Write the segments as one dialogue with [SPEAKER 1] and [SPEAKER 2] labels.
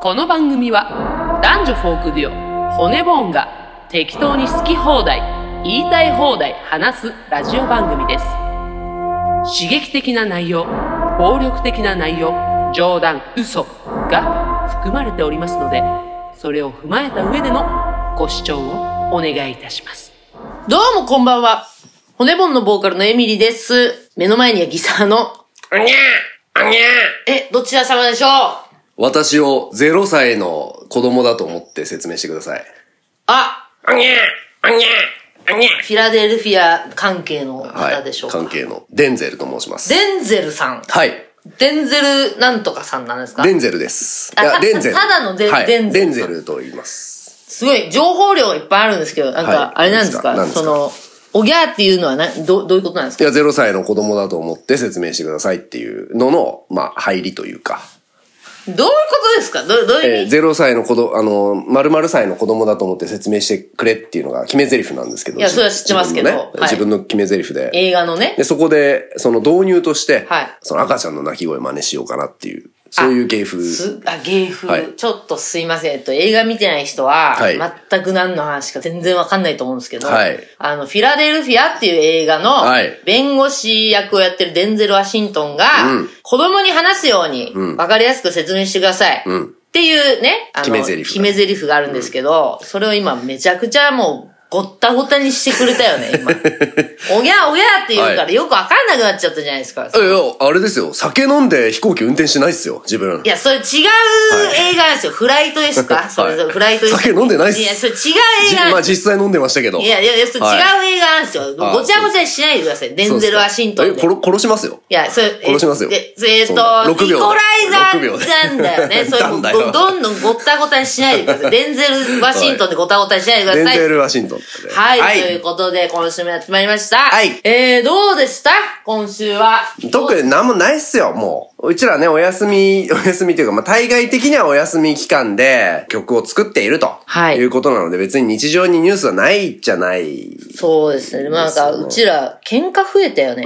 [SPEAKER 1] この番組は男女フォークデュオ骨ボーンが適当に好き放題言いたい放題話すラジオ番組です刺激的な内容暴力的な内容冗談嘘が含まれておりますのでそれを踏まえた上でのご視聴をお願いいたします
[SPEAKER 2] どうもこんばんは。骨盆のボーカルのエミリーです。目の前にはギターの、
[SPEAKER 3] あにゃーあにゃ
[SPEAKER 2] え、どちら様でしょう
[SPEAKER 3] 私を0歳の子供だと思って説明してください。
[SPEAKER 2] あ、
[SPEAKER 3] あにゃーあにゃーあにゃ
[SPEAKER 2] フィラデルフィア関係の
[SPEAKER 3] は
[SPEAKER 2] 方
[SPEAKER 3] い。
[SPEAKER 2] でしょうか。
[SPEAKER 3] 関係の。デンゼルと申します。
[SPEAKER 2] デンゼルさん。
[SPEAKER 3] はい。
[SPEAKER 2] デンゼルなんとかさんなんですか
[SPEAKER 3] デンゼルです。
[SPEAKER 2] あ
[SPEAKER 3] いや
[SPEAKER 2] た
[SPEAKER 3] デンゼル。
[SPEAKER 2] ただのデン
[SPEAKER 3] はい
[SPEAKER 2] デンゼル
[SPEAKER 3] デンゼルと言います。
[SPEAKER 2] すごい、情報量いっぱいあるんですけど、なん
[SPEAKER 3] はい
[SPEAKER 2] か、あれなんですか,、
[SPEAKER 3] 何ですか
[SPEAKER 2] その、おぎゃーっていうのはな、ど、どういうことなんです
[SPEAKER 3] い
[SPEAKER 2] か
[SPEAKER 3] や、0歳の子供だと思って説明してくださいっていうのの、まあ、入りというか。
[SPEAKER 2] どういうことですかどどういう意
[SPEAKER 3] えー、
[SPEAKER 2] 味、
[SPEAKER 3] 0歳の子供、あの、〇〇歳の子供だと思って説明してくれっていうのが決め台詞なんですけど。
[SPEAKER 2] いやそれは知ってますけど
[SPEAKER 3] 自分のね
[SPEAKER 2] はい
[SPEAKER 3] 自分の決め台詞で。
[SPEAKER 2] 映画のね。
[SPEAKER 3] で、そこで、その導入として、
[SPEAKER 2] はい
[SPEAKER 3] その赤ちゃんの泣き声真似しようかなっていう、そういう芸風。
[SPEAKER 2] すあ、芸風、
[SPEAKER 3] はい
[SPEAKER 2] ちょっとすいません。えっと、映画見てない人は、
[SPEAKER 3] はい
[SPEAKER 2] 全く何の話か全然わかんないと思うんですけど、
[SPEAKER 3] はい
[SPEAKER 2] あの、フィラデルフィアっていう映画の
[SPEAKER 3] はい、
[SPEAKER 2] 弁護士役をやってるデンゼル・ワシントンが、
[SPEAKER 3] うん
[SPEAKER 2] 子供に話すように、わかりやすく説明してください。
[SPEAKER 3] ん
[SPEAKER 2] っていうね、あの
[SPEAKER 3] 決め台詞
[SPEAKER 2] 決め台詞があるんですけど、それを今めちゃくちゃもう、ごったごたにしてくれたよね、 今。おぎゃおぎゃって言うから、
[SPEAKER 3] は
[SPEAKER 2] よくわかんなくなっちゃったじゃないですか。
[SPEAKER 3] いや、あれですよ。酒飲んで飛行機運転しないっすよ、自分。
[SPEAKER 2] いや、それ違う映画ですよ。フライトです
[SPEAKER 3] は
[SPEAKER 2] か
[SPEAKER 3] い
[SPEAKER 2] それぞれフライトですか
[SPEAKER 3] 酒飲んでないっす
[SPEAKER 2] いや、それ違う
[SPEAKER 3] じ
[SPEAKER 2] 映画
[SPEAKER 3] まあ実際飲んでましたけど。
[SPEAKER 2] いや、いや、いやそれ違う映画なんですよ。
[SPEAKER 3] あ
[SPEAKER 2] ごちゃごちゃにしないでください。デ
[SPEAKER 3] そ
[SPEAKER 2] ン
[SPEAKER 3] うです
[SPEAKER 2] ゼル・
[SPEAKER 3] か
[SPEAKER 2] ワシントン
[SPEAKER 3] え
[SPEAKER 2] で。
[SPEAKER 3] 殺殺しますよ。
[SPEAKER 2] いや、それ、え
[SPEAKER 3] 殺しますよ
[SPEAKER 2] え、えっと
[SPEAKER 3] そんな、
[SPEAKER 2] イコ
[SPEAKER 3] 六秒で
[SPEAKER 2] ライザ
[SPEAKER 3] 六秒で
[SPEAKER 2] ーなんだよね。それ
[SPEAKER 3] なんだ
[SPEAKER 2] ど
[SPEAKER 3] よ
[SPEAKER 2] どんどんごったごたにしないでくだ さい。デンゼル・ワシントンでごたごたにしないでく
[SPEAKER 3] デ
[SPEAKER 2] だ
[SPEAKER 3] ン
[SPEAKER 2] さい。
[SPEAKER 3] ゼル・ワシントンってね。
[SPEAKER 2] はい、ということで、今週もやってまいりました。
[SPEAKER 3] はい
[SPEAKER 2] えー、どうでした今週は。
[SPEAKER 3] 特に何もないっすよ、もう。うちらね、お休み、お 休みというか、まあ、対外的にはお休み期間で曲を作っていると。
[SPEAKER 2] はい
[SPEAKER 3] いうことなので、別に日常にニュースはないじゃない。
[SPEAKER 2] そうですね。なんか、うちら、喧嘩増えたよね。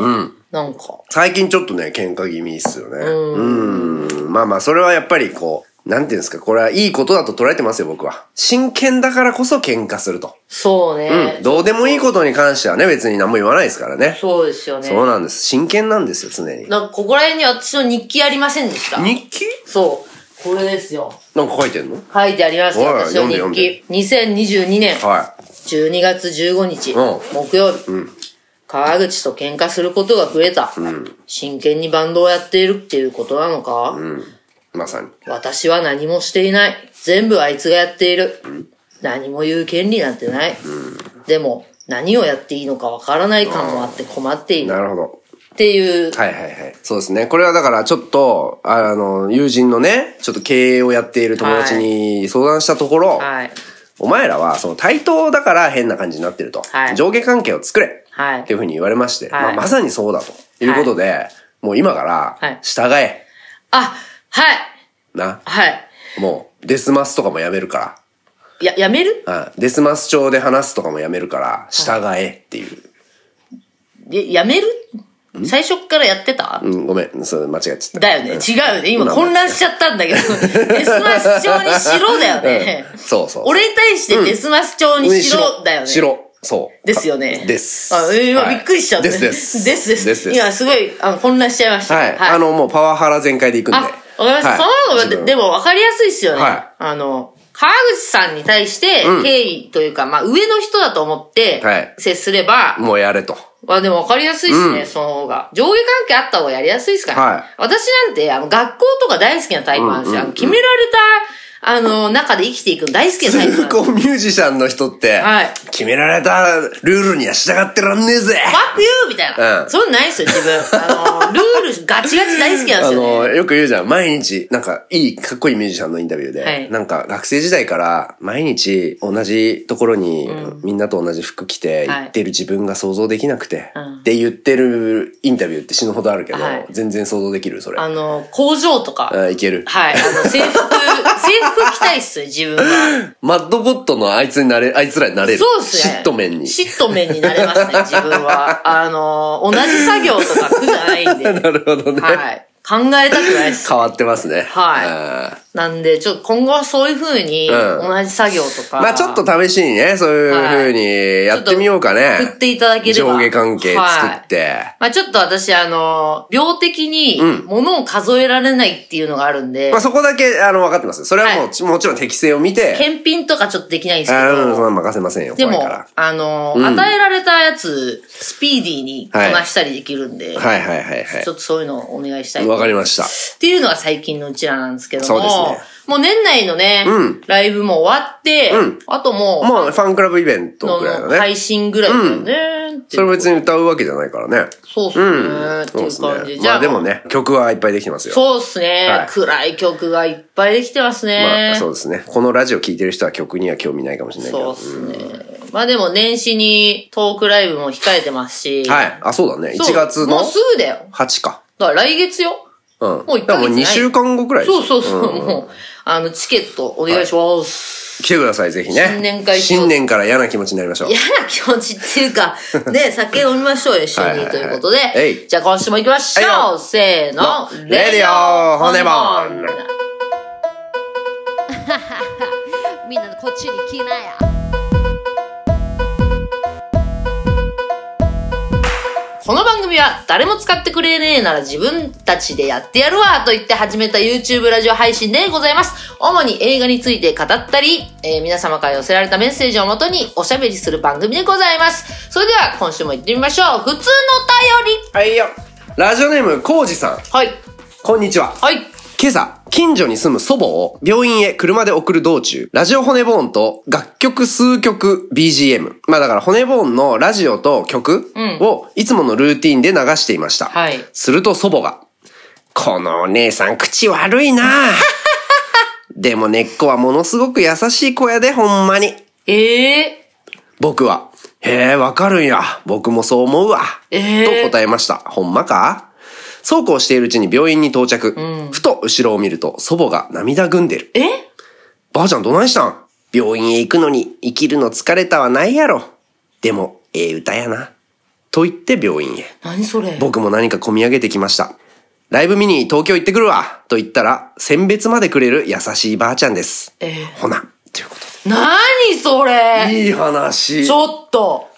[SPEAKER 2] なんか。
[SPEAKER 3] 最近ちょっとね、喧嘩気味っすよね。うん。ん。まあまあ、それはやっぱりこう、なんていうんですか、これはいいことだと捉えてますよ、僕は。真剣だからこそ喧嘩すると。
[SPEAKER 2] そう
[SPEAKER 3] う
[SPEAKER 2] ね。
[SPEAKER 3] ん。どうでもいいことに関してはね、別に何も言わないですからね。
[SPEAKER 2] そうですよね。
[SPEAKER 3] そうなんです。真剣なんですよ、常に。
[SPEAKER 2] なんかここら辺に私の日記ありませんでした。
[SPEAKER 3] 日記
[SPEAKER 2] そう。これですよ。
[SPEAKER 3] なんか書いてんの
[SPEAKER 2] 書いてありますよ、
[SPEAKER 3] おい
[SPEAKER 2] 私の
[SPEAKER 3] 読ん
[SPEAKER 2] 日
[SPEAKER 3] で
[SPEAKER 2] 記。2022年
[SPEAKER 3] は
[SPEAKER 2] 12月15日、
[SPEAKER 3] うん
[SPEAKER 2] 木曜日。川口と喧嘩することが増えた、真剣にバンドをやっているっていうことなのか、
[SPEAKER 3] い。まさに。
[SPEAKER 2] 私は何もしていない。全部あいつがやっている。何も言う権利なんてない。でも、何をやっていいのかわからない感もあって困っている
[SPEAKER 3] なるほど。
[SPEAKER 2] っていう
[SPEAKER 3] はいはいはい。そうですね。これはだからちょっと、あの、友人のね、ちょっと経営をやっている友達に相談したところ、
[SPEAKER 2] はい。
[SPEAKER 3] お前らはその対等だから変な感じになってると。
[SPEAKER 2] はい
[SPEAKER 3] 上下関係を作れ。
[SPEAKER 2] はい
[SPEAKER 3] っていうふうに言われまして、
[SPEAKER 2] はい
[SPEAKER 3] まあ、まさにそうだということで、もう今か
[SPEAKER 2] はい
[SPEAKER 3] ら従え。
[SPEAKER 2] あ、はい。
[SPEAKER 3] な。
[SPEAKER 2] はい。
[SPEAKER 3] もうデスマスとかもやめるか
[SPEAKER 2] や、やめる
[SPEAKER 3] ら。うんデスマス調で話すとかもやめるから、従えっていう。
[SPEAKER 2] や、やめる最初っからやってた
[SPEAKER 3] うん、ごめん、それ間違っちゃった。
[SPEAKER 2] だよね。違うよね。今
[SPEAKER 3] うん
[SPEAKER 2] 混乱しちゃったんだけど。デスマス調にしろだよね
[SPEAKER 3] うん。そうそう
[SPEAKER 2] 俺に対してデスマス調に
[SPEAKER 3] うん
[SPEAKER 2] しろだよね。
[SPEAKER 3] 白。そう。
[SPEAKER 2] ですよね。
[SPEAKER 3] です。
[SPEAKER 2] あ、えー今
[SPEAKER 3] はい
[SPEAKER 2] びっくりしちゃった。
[SPEAKER 3] ですです。
[SPEAKER 2] ですです。
[SPEAKER 3] ですです。
[SPEAKER 2] 今すごい、あの、混乱しちゃいました。
[SPEAKER 3] はい。あ、の、もうパワハラ全開でいくんで。
[SPEAKER 2] あ、わかりました。その方
[SPEAKER 3] 自
[SPEAKER 2] が、
[SPEAKER 3] 分
[SPEAKER 2] でも分かりやすいですよね。
[SPEAKER 3] はい
[SPEAKER 2] あの、川口さんに対して、敬意というか、まあ、上の人だと思って
[SPEAKER 3] はい、
[SPEAKER 2] 接すれば、
[SPEAKER 3] もうやれと。
[SPEAKER 2] まあでも分かりやすいですね、その方が。上下関係あった方がやりやすいですから、
[SPEAKER 3] はい
[SPEAKER 2] 私なんて、あの、学校とか大好きなタイプなんですよ。あの決められた、あの、中で生きていくの大好きなタイプなんで
[SPEAKER 3] 通
[SPEAKER 2] すよ。
[SPEAKER 3] 行ミュージシャンの人って、
[SPEAKER 2] はい
[SPEAKER 3] 決められたルールには従ってらんねえぜ
[SPEAKER 2] ワックユーみたいな。
[SPEAKER 3] うん
[SPEAKER 2] そういうのないですよ、自分。あの、ルールガチガチ大好きなんで
[SPEAKER 3] あ
[SPEAKER 2] すよ、ね。
[SPEAKER 3] の、よく言うじゃん。毎日、なんか、いい、かっこいいミュージシャンのインタビューで、
[SPEAKER 2] はい
[SPEAKER 3] なんか、学生時代から、毎日、同じところに、みんなと同じ服着て、
[SPEAKER 2] はい
[SPEAKER 3] 行ってる自分が想像できなくて、
[SPEAKER 2] ん
[SPEAKER 3] って言ってるインタビューって死ぬほどあるけど、
[SPEAKER 2] はい
[SPEAKER 3] 全然想像できる、それ。
[SPEAKER 2] あの、工場とか。
[SPEAKER 3] あいける。
[SPEAKER 2] はい。あの、制服、制服着たいっすね、自分は。
[SPEAKER 3] マッドゴッドのあいつになれ、あいつらになれる。
[SPEAKER 2] そうっすね。
[SPEAKER 3] 嫉妬面に。
[SPEAKER 2] 嫉妬面になれますね、自分は。あの、同じ作業とか苦じゃないんで。
[SPEAKER 3] なるほどね。
[SPEAKER 2] はい。考えたくないっす。
[SPEAKER 3] 変わってます
[SPEAKER 2] は
[SPEAKER 3] ね。
[SPEAKER 2] い
[SPEAKER 3] あー
[SPEAKER 2] なんで、ちょっと今後はそういう風に、
[SPEAKER 3] うん
[SPEAKER 2] 同じ作業とか。
[SPEAKER 3] まあちょっと試しにね、そういう風にやってみようかね。
[SPEAKER 2] 振っていただければ。
[SPEAKER 3] 上下関係
[SPEAKER 2] はい
[SPEAKER 3] 作って。
[SPEAKER 2] まあちょっと私、あの、病的に、物を数えられないっていうのがあるんで、
[SPEAKER 3] まあそこだけ、あの、分かってます。それはもう、
[SPEAKER 2] は
[SPEAKER 3] もちろん適性を見て、
[SPEAKER 2] 検品とかちょっとできないんですけ
[SPEAKER 3] あの、そん
[SPEAKER 2] ど、
[SPEAKER 3] なの任せませんよ、
[SPEAKER 2] で
[SPEAKER 3] 怖い
[SPEAKER 2] も
[SPEAKER 3] から。、
[SPEAKER 2] あの、
[SPEAKER 3] ん
[SPEAKER 2] 与えられたやつ、スピーディーにこなしたりできるんで、
[SPEAKER 3] はいはいはいは
[SPEAKER 2] ちょっとそういうのをお願いしたい
[SPEAKER 3] い。わかりました。
[SPEAKER 2] っていうのが最近のうちらなんですけども、
[SPEAKER 3] そうですね
[SPEAKER 2] もう年内のね、
[SPEAKER 3] うん
[SPEAKER 2] ライブも終わって、
[SPEAKER 3] うん
[SPEAKER 2] あともう、
[SPEAKER 3] もうファンクラブイベントぐらい
[SPEAKER 2] の
[SPEAKER 3] のね。
[SPEAKER 2] 配信ぐらいだよね、って
[SPEAKER 3] それ別に歌うわけじゃないからね。
[SPEAKER 2] そうっすね、ってい
[SPEAKER 3] そうで
[SPEAKER 2] う
[SPEAKER 3] す
[SPEAKER 2] 感じ。
[SPEAKER 3] ね。まあでもね、曲はいっぱいできてますよ。
[SPEAKER 2] そうっすね、
[SPEAKER 3] はい
[SPEAKER 2] 暗い曲がいっぱいできてますね
[SPEAKER 3] ま。あそうですね。このラジオ聴いてる人は曲には興味ないかもしれないけ
[SPEAKER 2] そう
[SPEAKER 3] ど
[SPEAKER 2] っ。すね。まあでも年始にトークライブも控えてますし。
[SPEAKER 3] はい。あ、そうだね。
[SPEAKER 2] そう
[SPEAKER 3] 1月
[SPEAKER 2] も
[SPEAKER 3] の
[SPEAKER 2] うすぐだよ。
[SPEAKER 3] 8か。
[SPEAKER 2] だから来月よ。
[SPEAKER 3] うん。
[SPEAKER 2] もう一ヶ月ない
[SPEAKER 3] だからもう2週間後くらいです
[SPEAKER 2] そう
[SPEAKER 3] よ
[SPEAKER 2] そうそう。
[SPEAKER 3] ん
[SPEAKER 2] もう、あの、チケットお願いします。
[SPEAKER 3] 来てください、ぜひね。
[SPEAKER 2] 新年会
[SPEAKER 3] 新年から嫌な気持ちになりましょう。
[SPEAKER 2] 嫌な気持ちっていうか、ね、 酒飲みましょうよ、一緒
[SPEAKER 3] はいはい
[SPEAKER 2] に
[SPEAKER 3] はい
[SPEAKER 2] ということで。
[SPEAKER 3] えい
[SPEAKER 2] じゃあ今週も行きまし
[SPEAKER 3] はい
[SPEAKER 2] ょう。
[SPEAKER 3] よ
[SPEAKER 2] せーの。
[SPEAKER 3] レディオ骨もん
[SPEAKER 4] みんなこっちに来なや。
[SPEAKER 2] この番組は誰も使ってくれねえなら自分たちでやってやるわと言って始めた YouTube ラジオ配信でございます。主に映画について語ったり、えー皆様から寄せられたメッセージをもとにおしゃべりする番組でございます。それでは今週も行ってみましょう。普通のお便り
[SPEAKER 3] はいよ。ラジオネーム、コウジさん。
[SPEAKER 2] はい。
[SPEAKER 3] こんにちは。
[SPEAKER 2] はい。
[SPEAKER 3] 今朝、近所に住む祖母を病院へ車で送る道中、ラジオ骨ボーンと楽曲数曲 BGM。まあだから骨ボーンのラジオと曲をいつものルーティンで流していました。
[SPEAKER 2] はい
[SPEAKER 3] すると祖母が、このお姉さん口悪いな あでも根っこはものすごく優しい子やでほんまに。
[SPEAKER 2] ええ
[SPEAKER 3] 僕は、へえ、わかるんや。僕もそう思うわ。
[SPEAKER 2] えー
[SPEAKER 3] と答えました。ほんまかそうこうしているうちに病院に到着。ふと後ろを見ると祖母が涙ぐんでる。
[SPEAKER 2] え
[SPEAKER 3] ばあちゃんどないしたん病院へ行くのに生きるの疲れたはないやろ。でも、ええ歌やな。と言って病院へ。
[SPEAKER 2] 何それ
[SPEAKER 3] 僕も何か込み上げてきました。ライブ見に東京行ってくるわと言ったら、選別までくれる優しいばあちゃんです。
[SPEAKER 2] えー
[SPEAKER 3] ほな、ということ
[SPEAKER 2] 何そ
[SPEAKER 3] で。
[SPEAKER 2] れ
[SPEAKER 3] いい話
[SPEAKER 2] ちょっと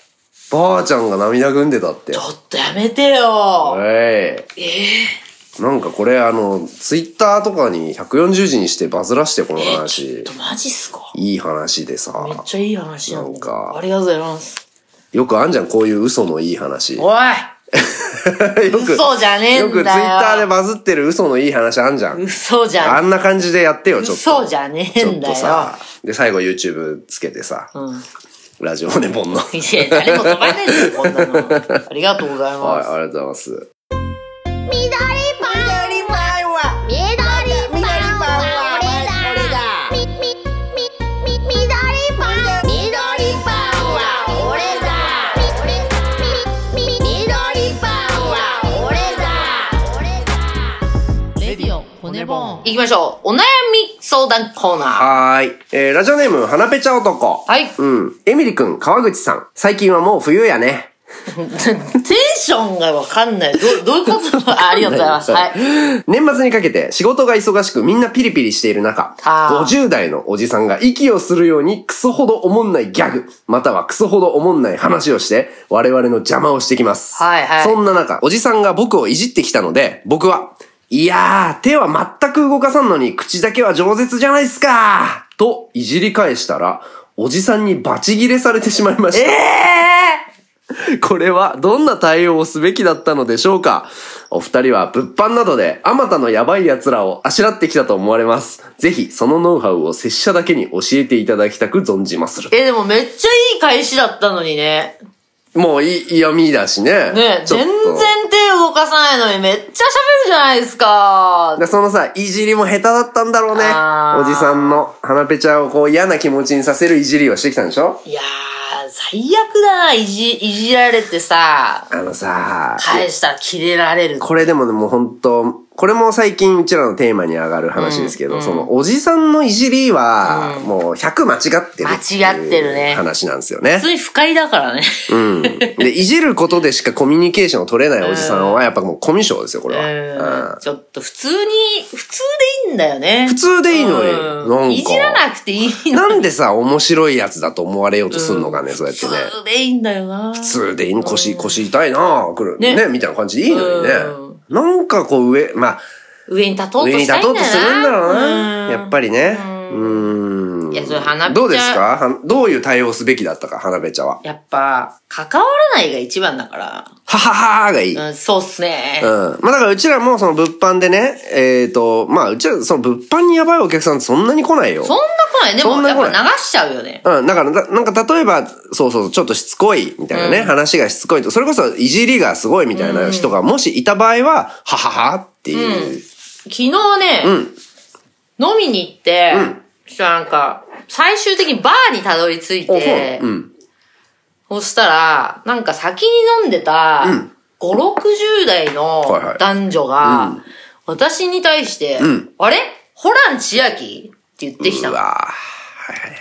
[SPEAKER 3] ばあちゃんが涙ぐんでたって。
[SPEAKER 2] ちょっとやめてよ
[SPEAKER 3] ええなんかこれあの、ツイッターとかに140字にしてバズらしてこの
[SPEAKER 2] え
[SPEAKER 3] 話。
[SPEAKER 2] ちょっとマジっすか
[SPEAKER 3] いい話で
[SPEAKER 2] めっ
[SPEAKER 3] さ。
[SPEAKER 2] ちゃいい話なん
[SPEAKER 3] なん
[SPEAKER 2] だ
[SPEAKER 3] か
[SPEAKER 2] ありがとうございます。
[SPEAKER 3] よくあんじゃん、こういう嘘のいい話。よ
[SPEAKER 2] おい
[SPEAKER 3] く、
[SPEAKER 2] 嘘じゃねえんだよ
[SPEAKER 3] よくツイッターでバズってる嘘のいい話あんじゃん。
[SPEAKER 2] 嘘じ
[SPEAKER 3] あ
[SPEAKER 2] ゃね
[SPEAKER 3] んな感じでやってよ、ちょっと。
[SPEAKER 2] 嘘じゃねえ
[SPEAKER 3] ちょっ
[SPEAKER 2] んだ
[SPEAKER 3] と
[SPEAKER 2] よ。
[SPEAKER 3] さ。で、最後 YouTube つけてさ、
[SPEAKER 2] うん。
[SPEAKER 3] ラジオネポンの。はい
[SPEAKER 2] い、や、誰も飛ばねえんだよ、こんなの。ありがとうござい
[SPEAKER 3] あ
[SPEAKER 2] ま
[SPEAKER 3] り
[SPEAKER 2] す。
[SPEAKER 3] がとうございます。
[SPEAKER 4] 緑パン。緑パンは。緑パンは俺だ。みみみみ緑パン。緑パンは俺だ。みみみみ緑パンは俺だ。俺だ。
[SPEAKER 2] レディオ、骨ボーン。行きましょう。お悩み相談コーナー。
[SPEAKER 3] はーい。えー、ラジオネーム、はなぺちゃ男。
[SPEAKER 2] はい
[SPEAKER 3] うん。エミリくん、川口さん。最近はもう冬やね。
[SPEAKER 2] テンションがわかんない。ど、どういうことあありがとうございます。はい。
[SPEAKER 3] 年末にかけて仕事が忙しくみんなピリピリしている中、
[SPEAKER 2] あー
[SPEAKER 3] 50代のおじさんが息をするようにクソほどおもんないギャグ、またはクソほどおもんない話をして、我々の邪魔をしてきます。
[SPEAKER 2] はいはい
[SPEAKER 3] そんな中、おじさんが僕をいじってきたので、僕は、いやー、手は全く動かさんのに口だけは饒舌じゃないっすかといじり返したら、おじさんにバチギレされてしまいました。これはどんな対応をすべきだったのでしょうかお二人は物販などであまたのやばい奴らをあしらってきたと思われます。ぜひそのノウハウを拙者だけに教えていただきたく存じまする。
[SPEAKER 2] え、でもめっちゃいい返しだったのにね。
[SPEAKER 3] もうい嫌味だしね。
[SPEAKER 2] ね
[SPEAKER 3] ちょっ
[SPEAKER 2] 全
[SPEAKER 3] と
[SPEAKER 2] 然手動かさないのにめっちゃ喋るじゃないですか。
[SPEAKER 3] でそのさ、いじりも下手だったんだろうね。
[SPEAKER 2] あー
[SPEAKER 3] おじさんの、はなぺちゃんをこう嫌な気持ちにさせるいじりをしてきたんでしょ
[SPEAKER 2] いやー、最悪だな、いじ、いじられてさ、
[SPEAKER 3] あのさ、
[SPEAKER 2] 返したらキレられる。
[SPEAKER 3] これでもね、もう本当これも最近うちらのテーマに上がる話ですけど、そのおじさんのいじりは、もう100間違ってる。
[SPEAKER 2] 間違ってるね
[SPEAKER 3] 話なんですよね
[SPEAKER 2] 普。通に不快だからね。
[SPEAKER 3] うん。で、いじることでしかコミュニケーションを取れないおじさんは、やっぱもうコミュ障ですよ、これは。
[SPEAKER 2] うんちょっと普通に、普通でいいんんだよね。
[SPEAKER 3] 普通でいいのに。
[SPEAKER 2] うん
[SPEAKER 3] なんか。
[SPEAKER 2] いじらなくていいの。
[SPEAKER 3] なんでさ、面白いやつだと思われようとすんのかね、そうやってね。
[SPEAKER 2] 普通でいいんだよな。普
[SPEAKER 3] 普通でいいの腰、腰痛いなぁ、来る。ね
[SPEAKER 2] ね
[SPEAKER 3] みたいな感じでいいのにね
[SPEAKER 2] うん。
[SPEAKER 3] なんかこう上、まあ、
[SPEAKER 2] 上に立とうと
[SPEAKER 3] 上
[SPEAKER 2] し
[SPEAKER 3] に立
[SPEAKER 2] たい
[SPEAKER 3] と
[SPEAKER 2] ん
[SPEAKER 3] う
[SPEAKER 2] だ
[SPEAKER 3] と
[SPEAKER 2] よな。
[SPEAKER 3] するんだろうな。やっぱ
[SPEAKER 2] り。
[SPEAKER 3] りね。う
[SPEAKER 2] う
[SPEAKER 3] ーん。
[SPEAKER 2] いやそれ花火
[SPEAKER 3] どうですかはどういう対応すべきだったか、花べちゃは。
[SPEAKER 2] やっぱ、関わらないが一番だから。
[SPEAKER 3] はははーがいい。うん。
[SPEAKER 2] うん、そうっすね。
[SPEAKER 3] まあだからうちらもその物販でね、えっ、と、まあうちらその物販にやばいお客さんってそんなに来ないよ。
[SPEAKER 2] そんな来ない。で
[SPEAKER 3] そん
[SPEAKER 2] も、や
[SPEAKER 3] な来ない
[SPEAKER 2] っぱ流しちゃうよね。
[SPEAKER 3] うん、だから、だなんか例えば、そうそう、ちょっとしつこい、みたいなね、話がしつこいと、それこそいじりがすごいみたいな人が、もしいた場合は、はははっていう。
[SPEAKER 2] 昨日ね、飲みに行って、そしたらなんか、最終的にバーにたどり着い
[SPEAKER 3] おそう
[SPEAKER 2] て、
[SPEAKER 3] うん。
[SPEAKER 2] そしたら、なんか先に飲んでた、
[SPEAKER 3] ん
[SPEAKER 2] 5、60代
[SPEAKER 3] はいは
[SPEAKER 2] の
[SPEAKER 3] い
[SPEAKER 2] 男女が、私に対して、
[SPEAKER 3] ん
[SPEAKER 2] あれホラン千秋って言ってきた
[SPEAKER 3] う
[SPEAKER 2] の。
[SPEAKER 3] わ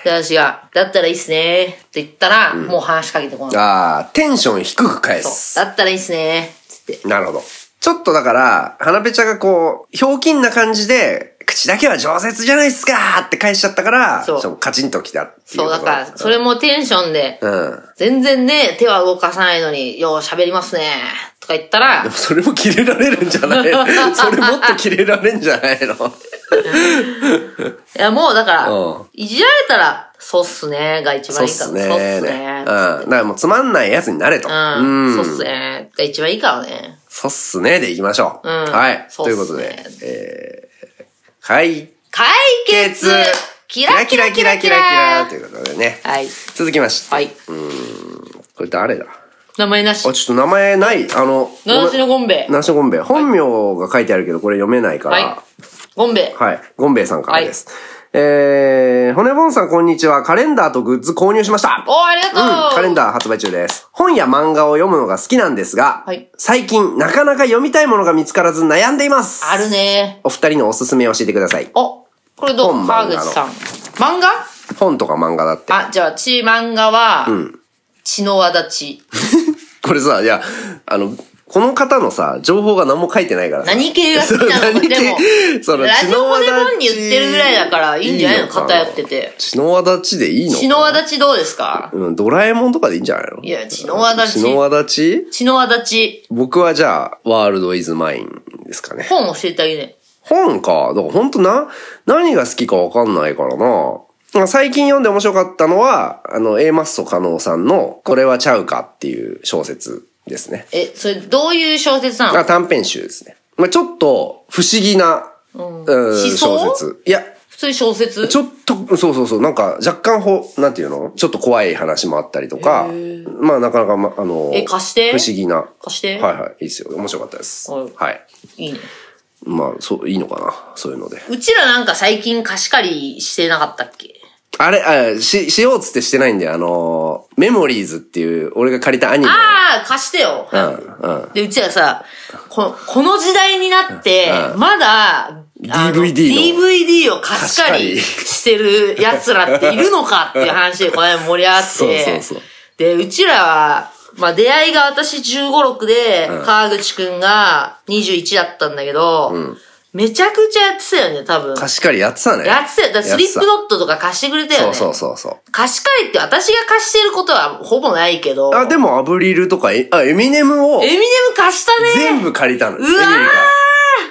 [SPEAKER 2] で私が、だったらいいっすねって言ったら、もう話しかけてこ
[SPEAKER 3] ー
[SPEAKER 2] ない。
[SPEAKER 3] あーテンション低く返
[SPEAKER 2] そ
[SPEAKER 3] す。
[SPEAKER 2] うだったらいいっすねつって。
[SPEAKER 3] なるほど。ちょっとだから、花ぺちゃがこう、ひょうきんな感じで、口だけは饒舌じゃないっすかーって返しちゃったから、ち
[SPEAKER 2] そ
[SPEAKER 3] ょ
[SPEAKER 2] う
[SPEAKER 3] っとカチンときたってい
[SPEAKER 2] そう、
[SPEAKER 3] こ
[SPEAKER 2] だ
[SPEAKER 3] と
[SPEAKER 2] から、それもテンションで、
[SPEAKER 3] うん。
[SPEAKER 2] 全然ね、手は動かさないのに、よう喋りますねとか言ったら、
[SPEAKER 3] それもキレられるんじ ゃないそれもっとキレられるんじゃないの
[SPEAKER 2] いや、もうだから、
[SPEAKER 3] うん
[SPEAKER 2] いじられたら、そうっすねが一
[SPEAKER 3] そ
[SPEAKER 2] 番
[SPEAKER 3] うっ
[SPEAKER 2] いいから。
[SPEAKER 3] すね。
[SPEAKER 2] そうっす
[SPEAKER 3] ねうん。
[SPEAKER 2] ね
[SPEAKER 3] だからもうつまんないやつになれと。
[SPEAKER 2] うん。そうっ
[SPEAKER 3] ん
[SPEAKER 2] すねが一番いいからね。
[SPEAKER 3] そうっすね。でいきましょう。
[SPEAKER 2] うん
[SPEAKER 3] はい。
[SPEAKER 2] そ
[SPEAKER 3] と
[SPEAKER 2] う
[SPEAKER 3] い
[SPEAKER 2] っ
[SPEAKER 3] う
[SPEAKER 2] すね
[SPEAKER 3] ことで、えー、解
[SPEAKER 2] 解決
[SPEAKER 3] 決
[SPEAKER 2] キラキラキラキラ
[SPEAKER 3] ということでね。
[SPEAKER 2] はい。
[SPEAKER 3] 続きまして。
[SPEAKER 2] はい。
[SPEAKER 3] これ誰だあ、
[SPEAKER 2] 名前なし
[SPEAKER 3] ちょ。っと名前ない。あの、
[SPEAKER 2] 名しのゴンベイ。
[SPEAKER 3] ナシゴンベイ。本名が書いてあるけど、これ読めないから。
[SPEAKER 2] はい。ゴンベイ。
[SPEAKER 3] はい。ゴンベイさんからです。えー、骨ボンさんこんにちは。カレンダーとグッズ購入しました。
[SPEAKER 2] おー、ありがとう、
[SPEAKER 3] うん、カレンダー発売中です。本や漫画を読むのが好きなんですが、
[SPEAKER 2] はい
[SPEAKER 3] 最近なかなか読みたいものが見つからず悩んでいます。
[SPEAKER 2] あるね。
[SPEAKER 3] お二人のおすすめを教えてください。
[SPEAKER 2] お、これどう
[SPEAKER 3] 本漫画
[SPEAKER 2] 川
[SPEAKER 3] の
[SPEAKER 2] 口さん。漫画
[SPEAKER 3] 本とか漫画だって。
[SPEAKER 2] あ、じゃあ、ち漫画は、血の輪立ち。
[SPEAKER 3] これさ、いや、あの、この方のさ、情報が何も書いてないからさ。
[SPEAKER 2] 何系が好きなの
[SPEAKER 3] 何系
[SPEAKER 2] でも、
[SPEAKER 3] その
[SPEAKER 2] ラジオで
[SPEAKER 3] 血の輪立
[SPEAKER 2] 本に言ってるぐらいだから、いいんじゃないの
[SPEAKER 3] いいのかな
[SPEAKER 2] 偏ってて。
[SPEAKER 3] 血の輪立ちでいいの
[SPEAKER 2] 血の輪立ちどうですか
[SPEAKER 3] うん、ドラえもんとかでいいんじゃないの
[SPEAKER 2] いや血の輪立ち
[SPEAKER 3] 血の輪立ち
[SPEAKER 2] 血の輪立ち。
[SPEAKER 3] 僕はじゃあ、ワールドイズマインですかね。
[SPEAKER 2] 本教えてあげね。
[SPEAKER 3] 本か。だから本当な、何が好きかわかんないからな。まあ最近読んで面白かったのは、あの、A マッソ加納さんの、これはちゃうかっていう小説ですね。
[SPEAKER 2] え、それどういう小説な
[SPEAKER 3] あ
[SPEAKER 2] の
[SPEAKER 3] 短編集ですね。まあちょっと、不思議な、うん、
[SPEAKER 2] 想
[SPEAKER 3] 小説。いや、
[SPEAKER 2] 普通に小説
[SPEAKER 3] ちょっと、そうそうそう、なんか、若干ほ、なんていうのちょっと怖い話もあったりとか、まあなかなか、ま、あの、
[SPEAKER 2] え貸して
[SPEAKER 3] 不思議な。
[SPEAKER 2] 貸して
[SPEAKER 3] はいはい、いいですよ。面白かったです。
[SPEAKER 2] はい
[SPEAKER 3] はい。
[SPEAKER 2] いいね。
[SPEAKER 3] まあ、そう、いいのかな。そういうので。
[SPEAKER 2] うちらなんか最近貸し借りしてなかったっけ
[SPEAKER 3] あれ、あ、し、しようっつってしてないんだよ。あのー、メモリーズっていう、俺が借りたアニメ。
[SPEAKER 2] ああ、貸してよ。
[SPEAKER 3] うん、うん。
[SPEAKER 2] で、うちらさ、ここの時代になって、まだ、あの
[SPEAKER 3] DVD の
[SPEAKER 2] DVD を貸し借り
[SPEAKER 3] 貸し借り
[SPEAKER 2] してる奴らっているのかっていう話でこの間盛り上がって。
[SPEAKER 3] そうそうそう
[SPEAKER 2] で、うちらは、まあ出会いが私15、6で、川口くんが21だったんだけど、めちゃくちゃやってたよね、多分。
[SPEAKER 3] 貸し借りやってたね。
[SPEAKER 2] やってたよ。だからスリップ
[SPEAKER 3] やっ
[SPEAKER 2] ドットとか貸してくれた
[SPEAKER 3] て
[SPEAKER 2] よ
[SPEAKER 3] た
[SPEAKER 2] ね。
[SPEAKER 3] そうそうそうそう。
[SPEAKER 2] 貸し借りって私が貸してることはほぼないけど。
[SPEAKER 3] あ、でも、アブリルとか、えあ、エミネムを
[SPEAKER 2] エミネム貸したね
[SPEAKER 3] 全部借りたの。
[SPEAKER 2] うわ
[SPEAKER 3] エミ
[SPEAKER 2] ー
[SPEAKER 3] ネムから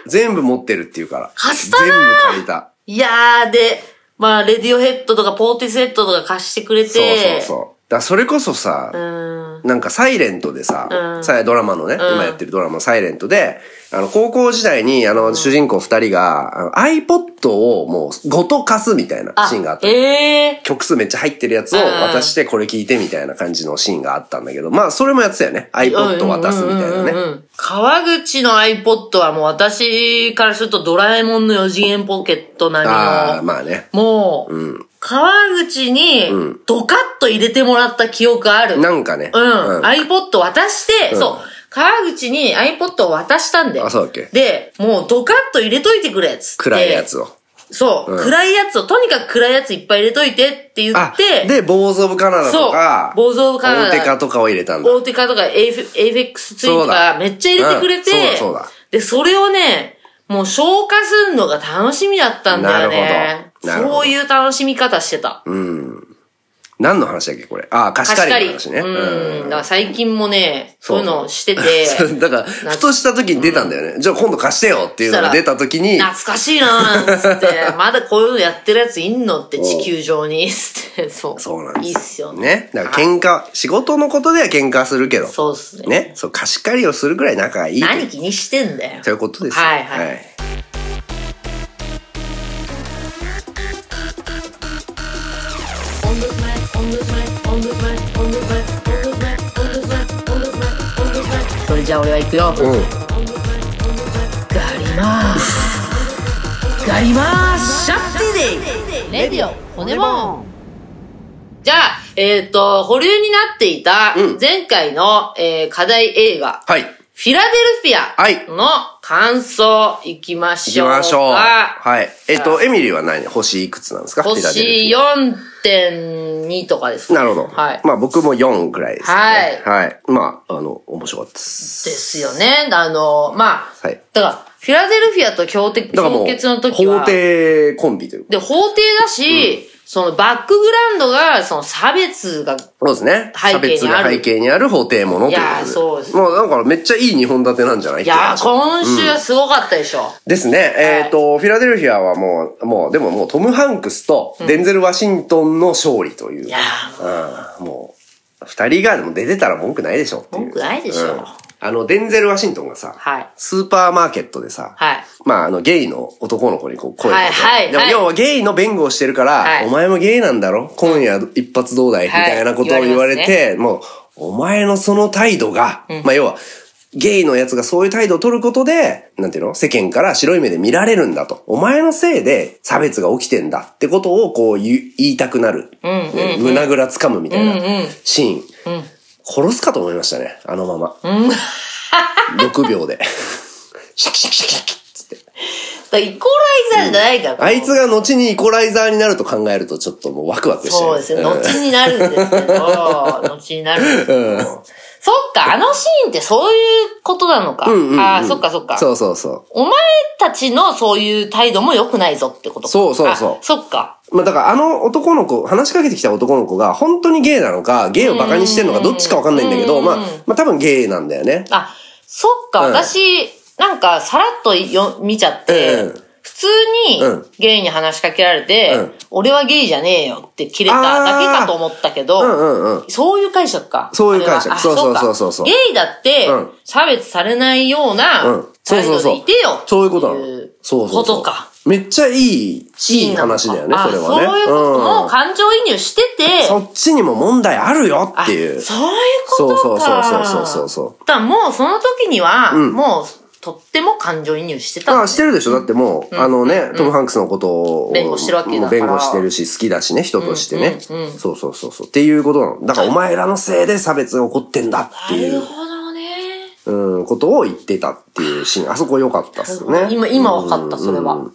[SPEAKER 3] 全部持ってるっていうから。
[SPEAKER 2] 貸したなー
[SPEAKER 3] 全部借りた。
[SPEAKER 2] いやー、で、まあ、レディオヘッドとかポーティスヘッドとか貸してくれて、
[SPEAKER 3] そうそうそう。だからそれこそさ、
[SPEAKER 2] うん。
[SPEAKER 3] なんかサイレントでさ、
[SPEAKER 2] うん
[SPEAKER 3] さドラマのね、今やってるドラマのサイレントで、あの、高校時代に、あの、主人公二人が、あの iPod をもうごと貸すみたいな
[SPEAKER 2] あ
[SPEAKER 3] シーンがあった。
[SPEAKER 2] ええ
[SPEAKER 3] 曲数めっちゃ入ってるやつを渡してこれ聞いてみたいな感じのシーンがあったんだけど、まあそれもやってたよね。
[SPEAKER 2] ー。
[SPEAKER 3] iPod 渡すみたいな
[SPEAKER 2] うんうんう
[SPEAKER 3] ね。
[SPEAKER 2] んうん川口の iPod はもう私からするとドラえもんの4次元ポケット並みの、
[SPEAKER 3] ああ、まあね。
[SPEAKER 2] もう、川口にドカッと入れてもらった記憶ある。
[SPEAKER 3] なんかね。
[SPEAKER 2] うん。iPod 渡して、そう。川口に iPod を渡したんで。
[SPEAKER 3] あそうだっけ
[SPEAKER 2] で、もうドカッと入れといてくれ、つって。
[SPEAKER 3] 暗いやつを。
[SPEAKER 2] そう、
[SPEAKER 3] うん
[SPEAKER 2] 暗いやつを、とにかく暗いやついっぱい入れといてって言
[SPEAKER 3] あ
[SPEAKER 2] っ、て、
[SPEAKER 3] で、ボーズ・オブ・カナダとか、
[SPEAKER 2] そう Balls of Canada
[SPEAKER 3] オーテカとかを入れたんだ。
[SPEAKER 2] 大手化とかエイフェエイフェックスツインと
[SPEAKER 3] そうだ
[SPEAKER 2] かめっちゃ入れてくれて、
[SPEAKER 3] うんそうだそうだ
[SPEAKER 2] で、それをね、もう消化するのが楽しみだったんだよね。
[SPEAKER 3] なるほどなるほど
[SPEAKER 2] そういう楽しみ方してた。
[SPEAKER 3] うん。何の話だっけこれ。ああ、貸し借りの話ね。
[SPEAKER 2] う
[SPEAKER 3] うん
[SPEAKER 2] ん。だから最近もね、そういうのをしてて、
[SPEAKER 3] そうだから、ふとした時に出たんだよね。じゃあ今度貸してよっていうのが出た時に、
[SPEAKER 2] 懐かしいなーっつっ て、まだこういうのやってるやついんのって地球上に、 つって、そう。
[SPEAKER 3] そうなんです。
[SPEAKER 2] いいっすよね。
[SPEAKER 3] ね。だから喧嘩、仕事のことでは喧嘩するけど、
[SPEAKER 2] そうっすね。
[SPEAKER 3] ね。そう、貸し借りをするぐらい仲がいいという。
[SPEAKER 2] 何気にしてんだよ
[SPEAKER 3] と。いうことですよ
[SPEAKER 2] はいはいそれじゃあ俺は行くよ。
[SPEAKER 3] うん。
[SPEAKER 2] ガリマーシャガリマーシャッティデイレディオ骨もんじゃあ、えっ、と、保留になっていた
[SPEAKER 3] うん、
[SPEAKER 2] 前回の、えー課題映画、
[SPEAKER 3] はい。
[SPEAKER 2] フィラデルフィアの感想、いきま
[SPEAKER 3] 行
[SPEAKER 2] し
[SPEAKER 3] き
[SPEAKER 2] ょうか。
[SPEAKER 3] ましょう。はい。えっと、エミリーは何星いくつなんですか
[SPEAKER 2] 星
[SPEAKER 3] 4。
[SPEAKER 2] 4.2とかですか
[SPEAKER 3] なるほど。
[SPEAKER 2] はい。
[SPEAKER 3] まあ僕も4ぐらいですね。はい。はい。まあ、あの、面白かったです。
[SPEAKER 2] ですよね。あの、まあ、
[SPEAKER 3] はい
[SPEAKER 2] だから、フィラデルフィアと強敵、
[SPEAKER 3] だから
[SPEAKER 2] 強
[SPEAKER 3] もう、
[SPEAKER 2] 決の時は、
[SPEAKER 3] 法廷コンビというか。
[SPEAKER 2] で、法廷だし、そのバックグラウンドが、その差別が、
[SPEAKER 3] そうですね。
[SPEAKER 2] 背景にあ
[SPEAKER 3] 差
[SPEAKER 2] る
[SPEAKER 3] 別が背景にある法廷ものということ
[SPEAKER 2] いやーそうです
[SPEAKER 3] もうだからめっちゃいい日本立てなんじゃない
[SPEAKER 2] いやー、
[SPEAKER 3] っていう話
[SPEAKER 2] 今週はすごかったでしょ。
[SPEAKER 3] ですね。えっ、と、フィラデルフィアはもう、もう、でももうトム・ハンクスとデンゼル・ワシントンの勝利という。
[SPEAKER 2] いや
[SPEAKER 3] うん、もう、二人がでも出てたら文句ないでしょっていう。
[SPEAKER 2] 文句ないでしょ
[SPEAKER 3] うんあの、デンゼル・ワシントンがさ、
[SPEAKER 2] はい
[SPEAKER 3] スーパーマーケットでさ、
[SPEAKER 2] はい
[SPEAKER 3] まあ、あの、ゲイの男の子にこう声をかけて、
[SPEAKER 2] はいはい
[SPEAKER 3] でも
[SPEAKER 2] はい
[SPEAKER 3] 要はゲイの弁護をしてるから、
[SPEAKER 2] はい
[SPEAKER 3] お前もゲイなんだろ今夜一発どうだい、みたいなことを言われ
[SPEAKER 2] はい
[SPEAKER 3] て、もう、お前のその態度が、まあ要は、ゲイのやつがそういう態度を取ることで、なんていうの世間から白い目で見られるんだと。お前のせいで差別が起きてんだってことをこう言う言いたくなる。ね胸ぐらつかむみたいなシーン。殺すかと思いましたね。あのまま。6 秒で。シャキシャキシャキシャキっつって。
[SPEAKER 2] だからイコライザーじゃないから、
[SPEAKER 3] あいつが後にイコライザーになると考えるとちょっともうワクワクして
[SPEAKER 2] そうですね。後になるんですけど、 後になるんですけど。そっか、あのシーンってそういうことなのか。
[SPEAKER 3] うんうんうん
[SPEAKER 2] ああ、そっかそっか。
[SPEAKER 3] そうそうそう。
[SPEAKER 2] お前たちのそういう態度も良くないぞってことか
[SPEAKER 3] そうそうそう
[SPEAKER 2] あそっか。
[SPEAKER 3] まあだからあの男の子、話しかけてきた男の子が本当にゲイなのか、ゲイをバカにしてんのかどっちかわかんないんだけど、まあ、まあ多分ゲイなんだよね。
[SPEAKER 2] あ、そっか、
[SPEAKER 3] うん
[SPEAKER 2] 私、なんか、さらっとよ見ちゃって、
[SPEAKER 3] うんうん
[SPEAKER 2] 普通に
[SPEAKER 3] うん
[SPEAKER 2] ゲイに話しかけられて、
[SPEAKER 3] うん
[SPEAKER 2] 俺はゲイじゃねえよって切れただけかと思ったけど、
[SPEAKER 3] うんうんうん。
[SPEAKER 2] そういう解釈か。
[SPEAKER 3] そういう解釈
[SPEAKER 2] あれはあ
[SPEAKER 3] そうそう
[SPEAKER 2] っか
[SPEAKER 3] そうそうそう
[SPEAKER 2] ゲイだって
[SPEAKER 3] うん、
[SPEAKER 2] 差別されないよう
[SPEAKER 3] う、
[SPEAKER 2] なん
[SPEAKER 3] そう
[SPEAKER 2] 態
[SPEAKER 3] そう
[SPEAKER 2] 度
[SPEAKER 3] そ
[SPEAKER 2] で
[SPEAKER 3] う。
[SPEAKER 2] いてよ。
[SPEAKER 3] そういうことなの
[SPEAKER 2] ってい。
[SPEAKER 3] そうそうそ
[SPEAKER 2] こ
[SPEAKER 3] う。
[SPEAKER 2] とか。。
[SPEAKER 3] めっちゃいい、いい話だよね、
[SPEAKER 2] あ
[SPEAKER 3] それはね。
[SPEAKER 2] そういうことも
[SPEAKER 3] ん
[SPEAKER 2] 感情移入してて、
[SPEAKER 3] そっちにも問題あるよっていう。
[SPEAKER 2] あそういうことか。。
[SPEAKER 3] そうそうそうそうそうそう
[SPEAKER 2] だからもうその時には、
[SPEAKER 3] ん
[SPEAKER 2] もう、とっても感情移入してたんだね、
[SPEAKER 3] あしてるでしょだってもう、あのね、トム・ハンクスのことを。
[SPEAKER 2] 弁護してるわけだから
[SPEAKER 3] もう弁護してるし、好きだしね、人としてね。
[SPEAKER 2] うんうんうん
[SPEAKER 3] そうそうそうそう。っていうことなの。だからお前らのせいで差別が起こってんだって
[SPEAKER 2] ないる
[SPEAKER 3] う、
[SPEAKER 2] ほどね。
[SPEAKER 3] うん、ことを言ってたっていうシーン。あそこ良かったっすよね。
[SPEAKER 2] 今、今分かった、それは。
[SPEAKER 3] うん
[SPEAKER 2] うん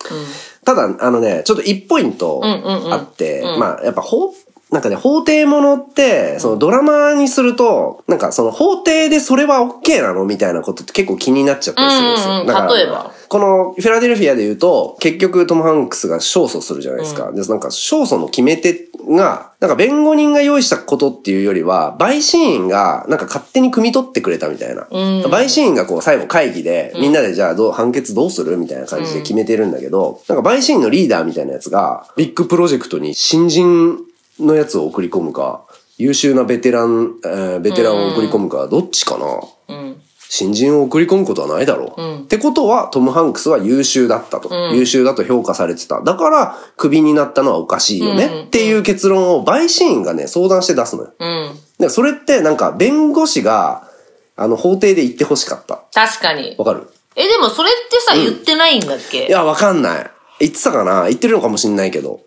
[SPEAKER 3] ただ、あのね、ちょっと一ポイント
[SPEAKER 2] んうんうん
[SPEAKER 3] あって、まあ、やっぱ法、なんかね、法廷ものって、そのドラマにすると、なんかその法廷でそれは OK なのみたいなことって結構気になっちゃったりするんです
[SPEAKER 2] うんうんう
[SPEAKER 3] よ。
[SPEAKER 2] ん
[SPEAKER 3] だから
[SPEAKER 2] 例えば
[SPEAKER 3] このフィラデルフィアで言うと、結局トム・ハンクスが勝訴するじゃないですか。で、なんか勝訴の決め手が、なんか弁護人が用意したことっていうよりは、陪審員がなんか勝手に汲み取ってくれたみたいな。陪審員がこう最後会議で、みんなでじゃあどう、判決どうするみたいな感じで決めてるんだけど、なんか陪審員のリーダーみたいなやつが、ビッグプロジェクトに新人のやつを送り込むか、優秀なベテラン、えーベテランを送り込むか、どっちかな、新人を送り込むことはないだろう。ってことは、トム・ハンクスは優秀だったと、優秀だと評価されてた。だから、クビになったのはおかしいよね。っていう結論を、陪審員がね、相談して出すのよ。
[SPEAKER 2] うん。
[SPEAKER 3] でそれって、なんか、弁護士が、あの、法廷で言ってほしかった。
[SPEAKER 2] 確かに。
[SPEAKER 3] わかる
[SPEAKER 2] え、でもそれってさ、言ってないんだっ
[SPEAKER 3] い
[SPEAKER 2] け
[SPEAKER 3] や、わかんない。言ってたかな言ってるのかもしんないけど。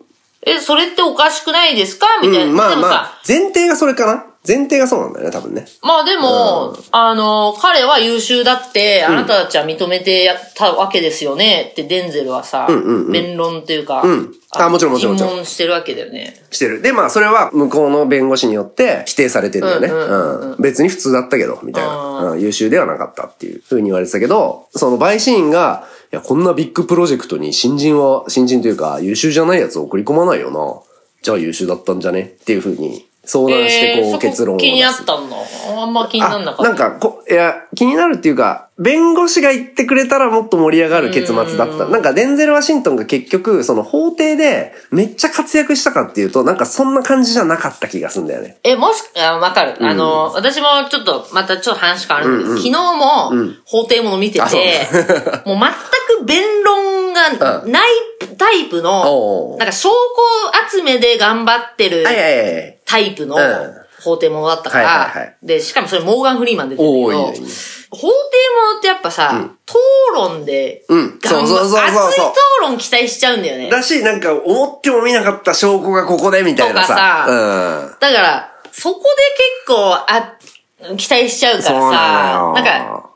[SPEAKER 2] え、それっておかしくないですかみたいうな。
[SPEAKER 3] ん、まあ
[SPEAKER 2] でも
[SPEAKER 3] ま
[SPEAKER 2] さ
[SPEAKER 3] あ、前提がそれかな前提がそうなんだよね、多分ね。
[SPEAKER 2] まあでも、あの、彼は優秀だって、あなたたちは認めてやったわけですよねってデンゼルはさ、弁論というか、
[SPEAKER 3] んあもちろんもちろんもちろん
[SPEAKER 2] 尋問してるわけだよね。
[SPEAKER 3] してる。で、まあ、それは向こうの弁護士によって否定されてるんだよね。
[SPEAKER 2] う
[SPEAKER 3] うんん
[SPEAKER 2] うんうん
[SPEAKER 3] 別に普通だったけど、みたい
[SPEAKER 2] あ
[SPEAKER 3] な、うん。優秀ではなかったっていう風に言われてたけど、その陪審員が、いや、こんなビッグプロジェクトに新人は、新人というか、優秀じゃないやつを送り込まないよな。じゃあ優秀だったんじゃねっていう風に相談して、こう、
[SPEAKER 2] えー
[SPEAKER 3] 結論を
[SPEAKER 2] そこ気
[SPEAKER 3] 出す。
[SPEAKER 2] になったんだ。あんま気になんなかった。
[SPEAKER 3] あなんかこ、いや、気になるっていうか、弁護士が言ってくれたらもっと盛り上がる結末だった。なんか、デンゼル・ワシントンが結局、その法廷でめっちゃ活躍したかっていうと、なんかそんな感じじゃなかった気がするんだよね。
[SPEAKER 2] え、もし、あわかる、あの、私もちょっと、またちょっと話変わるんだけど、昨日も、法廷もの見てて、
[SPEAKER 3] あそう
[SPEAKER 2] もう全く弁論がないタイプ
[SPEAKER 3] おうお
[SPEAKER 2] の、
[SPEAKER 3] う
[SPEAKER 2] なんか証拠集めで頑張ってる
[SPEAKER 3] はいはいはいはい。
[SPEAKER 2] タイプの
[SPEAKER 3] うん
[SPEAKER 2] 法廷ものだったから、
[SPEAKER 3] はいはいはい
[SPEAKER 2] で、しかもそれモーガン・フリーマン出てるんだけど、
[SPEAKER 3] おーいいねいいね
[SPEAKER 2] 法廷ものってやっぱさ、討論で、
[SPEAKER 3] う
[SPEAKER 2] 頑
[SPEAKER 3] ん
[SPEAKER 2] 張
[SPEAKER 3] そうそうそうそうそう
[SPEAKER 2] 熱い討論期待しちゃうんだよね。
[SPEAKER 3] だし、なんか思っても見なかった証拠がここでみたいな
[SPEAKER 2] とか
[SPEAKER 3] さ。
[SPEAKER 2] さ
[SPEAKER 3] うん。
[SPEAKER 2] だから、そこで結構、あ、期待しちゃうか
[SPEAKER 3] そ
[SPEAKER 2] ら
[SPEAKER 3] うなの
[SPEAKER 2] さ
[SPEAKER 3] よ。、
[SPEAKER 2] なんか、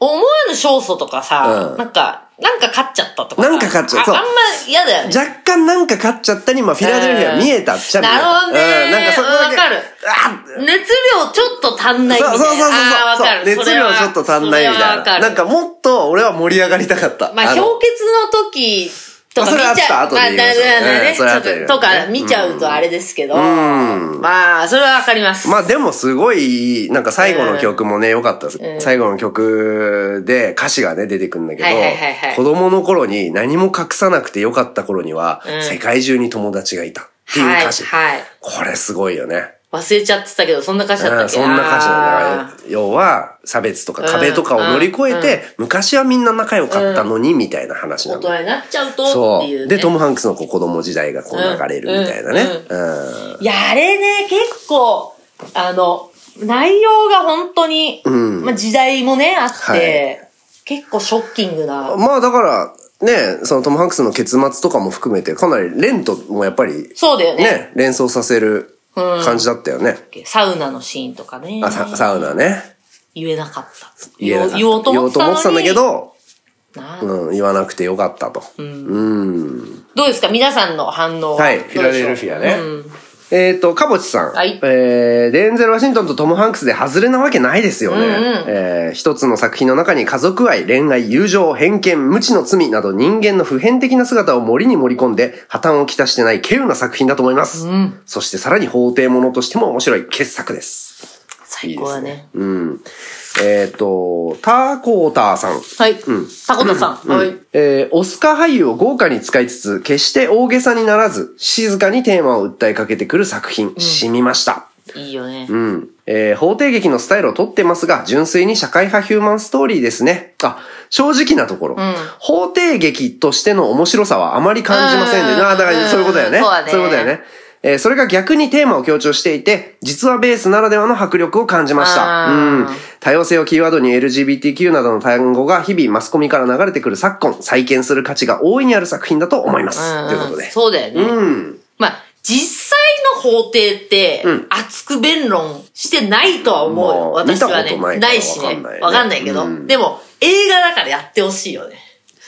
[SPEAKER 2] 思わぬ勝訴とかさ、
[SPEAKER 3] うん
[SPEAKER 2] なんか、なんか勝っちゃったとかさ。
[SPEAKER 3] なんか勝っちゃった
[SPEAKER 2] あ
[SPEAKER 3] そう
[SPEAKER 2] あんま嫌だよね。
[SPEAKER 3] 若干なんか勝っちゃったに、まあ、フィラデルフィア見えたっちゃ見えた。
[SPEAKER 2] なるほどね
[SPEAKER 3] うん、なんかそこだけ。
[SPEAKER 2] わかる
[SPEAKER 3] あ
[SPEAKER 2] 熱量ちょっと足んないみた
[SPEAKER 3] そ
[SPEAKER 2] いうな。
[SPEAKER 3] そうそうそう
[SPEAKER 2] あーわかる。
[SPEAKER 3] そう。熱量ちょっと足んないみたいな。なんか
[SPEAKER 2] も
[SPEAKER 3] もっと俺は盛り上がりたかった。
[SPEAKER 2] まあ、
[SPEAKER 3] の
[SPEAKER 2] 氷結の時とか
[SPEAKER 3] まあそ
[SPEAKER 2] 見
[SPEAKER 3] れは
[SPEAKER 2] ちゃう。
[SPEAKER 3] 後で
[SPEAKER 2] まあ、
[SPEAKER 3] 後で言いましょう
[SPEAKER 2] だ
[SPEAKER 3] うんそれ
[SPEAKER 2] だ
[SPEAKER 3] は
[SPEAKER 2] だ
[SPEAKER 3] 後
[SPEAKER 2] ね
[SPEAKER 3] で言い
[SPEAKER 2] ちょっ
[SPEAKER 3] まし
[SPEAKER 2] ととか見ちゃ
[SPEAKER 3] ょう
[SPEAKER 2] うとあれですけど。
[SPEAKER 3] ん
[SPEAKER 2] まあ、それはわかります。
[SPEAKER 3] まあでもすごい、なんか最後の曲もね、良かったです、
[SPEAKER 2] うん
[SPEAKER 3] 最後の曲で歌詞がね、出てくるんだけど、
[SPEAKER 2] はいはいはいはい
[SPEAKER 3] 子供の頃に何も隠さなくて良かった頃には、
[SPEAKER 2] うん
[SPEAKER 3] 世界中に友達がいたっていう歌詞。
[SPEAKER 2] はい、はい。
[SPEAKER 3] これすごいよね。
[SPEAKER 2] 忘れちゃってたけど、そんな歌詞だった
[SPEAKER 3] う
[SPEAKER 2] っ
[SPEAKER 3] ん、
[SPEAKER 2] け
[SPEAKER 3] そんな歌詞なんだ
[SPEAKER 2] あー
[SPEAKER 3] から、要は差別と
[SPEAKER 2] う
[SPEAKER 3] か
[SPEAKER 2] ん
[SPEAKER 3] 壁とかを乗り越えて、昔はみんな仲良かったのに、みたいな話な
[SPEAKER 2] 大
[SPEAKER 3] んだよ。
[SPEAKER 2] 人になっちゃうとっ
[SPEAKER 3] そ
[SPEAKER 2] ていう、
[SPEAKER 3] う。
[SPEAKER 2] ね。
[SPEAKER 3] で、トム・ハンクスのこう子供時代がこう流れるみたいなね。
[SPEAKER 2] う
[SPEAKER 3] うん
[SPEAKER 2] いや、あれね、結構、あの、内容が本当に、
[SPEAKER 3] ん
[SPEAKER 2] まあ時代もね、あって、
[SPEAKER 3] はい
[SPEAKER 2] 結構ショッキングな。
[SPEAKER 3] まあだから、ね、そのトム・ハンクスの結末とかも含めて、かなりレントもやっぱり、
[SPEAKER 2] そうだよね
[SPEAKER 3] ね、連想させる感じだったよね。
[SPEAKER 2] サウナのシーンとかね。
[SPEAKER 3] あササウナね。
[SPEAKER 2] 言えなかった。
[SPEAKER 3] 言えなかった
[SPEAKER 2] 言おうと思ってたのに。
[SPEAKER 3] 言おうと思んだけど、
[SPEAKER 2] なあ
[SPEAKER 3] うん、言わなくてよかったと。
[SPEAKER 2] どうですか皆さんの反応は。
[SPEAKER 3] はい、
[SPEAKER 2] どうで
[SPEAKER 3] フ
[SPEAKER 2] しょ
[SPEAKER 3] ィ
[SPEAKER 2] う
[SPEAKER 3] ラデルフィアね。
[SPEAKER 2] うん
[SPEAKER 3] えっ、と、カボチさん。
[SPEAKER 2] はい
[SPEAKER 3] えー、デンゼル・ワシントンとトム・ハンクスで外れなわけないですよね。
[SPEAKER 2] うんうん
[SPEAKER 3] えー一つの作品の中に家族愛、恋愛、友情、偏見、無知の罪など人間の普遍的な姿を森に盛り込んで破綻をきたしてない稀有な作品だと思います。そしてさらに法廷ものとしても面白い傑作です。
[SPEAKER 2] 最高だね。
[SPEAKER 3] うん。えっ、と、ターコーターさん。
[SPEAKER 2] はい。タコトさん。はい。
[SPEAKER 3] えーオスカー俳優を豪華に使いつつ、決して大げさにならず、静かにテーマを訴えかけてくる作品、染みました。
[SPEAKER 2] いいよね。
[SPEAKER 3] うん。えー法廷劇のスタイルをとってますが、純粋に社会派ヒューマンストーリーですね。あ、正直なところ。法廷劇としての面白さはあまり感じません
[SPEAKER 2] うん
[SPEAKER 3] ね。ああ、だからそういうことだよね。
[SPEAKER 2] そうだね
[SPEAKER 3] いうことだよね。えーそれが逆にテーマを強調していて、実はベースならではの迫力を感じまし
[SPEAKER 2] あ
[SPEAKER 3] た。
[SPEAKER 2] ー
[SPEAKER 3] うん。多様性をキーワードに LGBTQ などの単語が日々マスコミから流れてくる昨今、再建する価値が大いにある作品だと思います。
[SPEAKER 2] うんうん
[SPEAKER 3] ということで。
[SPEAKER 2] そうだよね。
[SPEAKER 3] うん。
[SPEAKER 2] まあ、実際の法廷って、熱く弁論してないとは思うよ。
[SPEAKER 3] まあ
[SPEAKER 2] 私は
[SPEAKER 3] 見た
[SPEAKER 2] ね。
[SPEAKER 3] ことないから
[SPEAKER 2] ないしね。わ
[SPEAKER 3] わ
[SPEAKER 2] か
[SPEAKER 3] か
[SPEAKER 2] ん
[SPEAKER 3] ん
[SPEAKER 2] な
[SPEAKER 3] ないい
[SPEAKER 2] け
[SPEAKER 3] ね
[SPEAKER 2] ど、
[SPEAKER 3] うん
[SPEAKER 2] でも、映画だからやってほしいよね。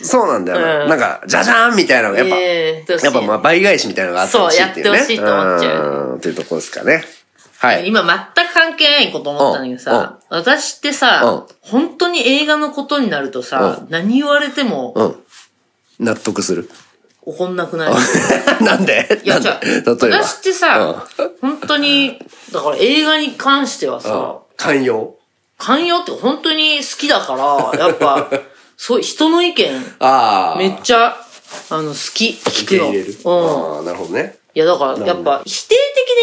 [SPEAKER 3] そうなんだよな。
[SPEAKER 2] うん
[SPEAKER 3] なんか、じゃじゃーんみたいなのがやっぱ、
[SPEAKER 2] えー
[SPEAKER 3] やっぱまあ倍返しみたいなのがあってほしいっていうね。
[SPEAKER 2] そうやってほしいと思っちゃう
[SPEAKER 3] うん。っていうところですかね。はい。
[SPEAKER 2] 今全く関係ないこと思ったんだけどさ、私ってさ
[SPEAKER 3] う、
[SPEAKER 2] 本当に映画のことになるとさ
[SPEAKER 3] う、
[SPEAKER 2] 何言われても
[SPEAKER 3] うん。納得する。
[SPEAKER 2] 怒んなくない
[SPEAKER 3] なんで
[SPEAKER 2] いや、
[SPEAKER 3] なん
[SPEAKER 2] じ
[SPEAKER 3] で
[SPEAKER 2] ゃあ
[SPEAKER 3] 例えば。
[SPEAKER 2] 私ってさ、本当に、だから映画に関しては
[SPEAKER 3] うん
[SPEAKER 2] さ、
[SPEAKER 3] 寛容。
[SPEAKER 2] 寛容って本当に好きだから、やっ ぱ、そう、人の意見、
[SPEAKER 3] ああ。
[SPEAKER 2] めっちゃ、あの、好き、聞く
[SPEAKER 3] 受け
[SPEAKER 2] よ。
[SPEAKER 3] 入れる。
[SPEAKER 2] うん。
[SPEAKER 3] ああ、なるほどね。
[SPEAKER 2] いや、だから、やっぱ、否定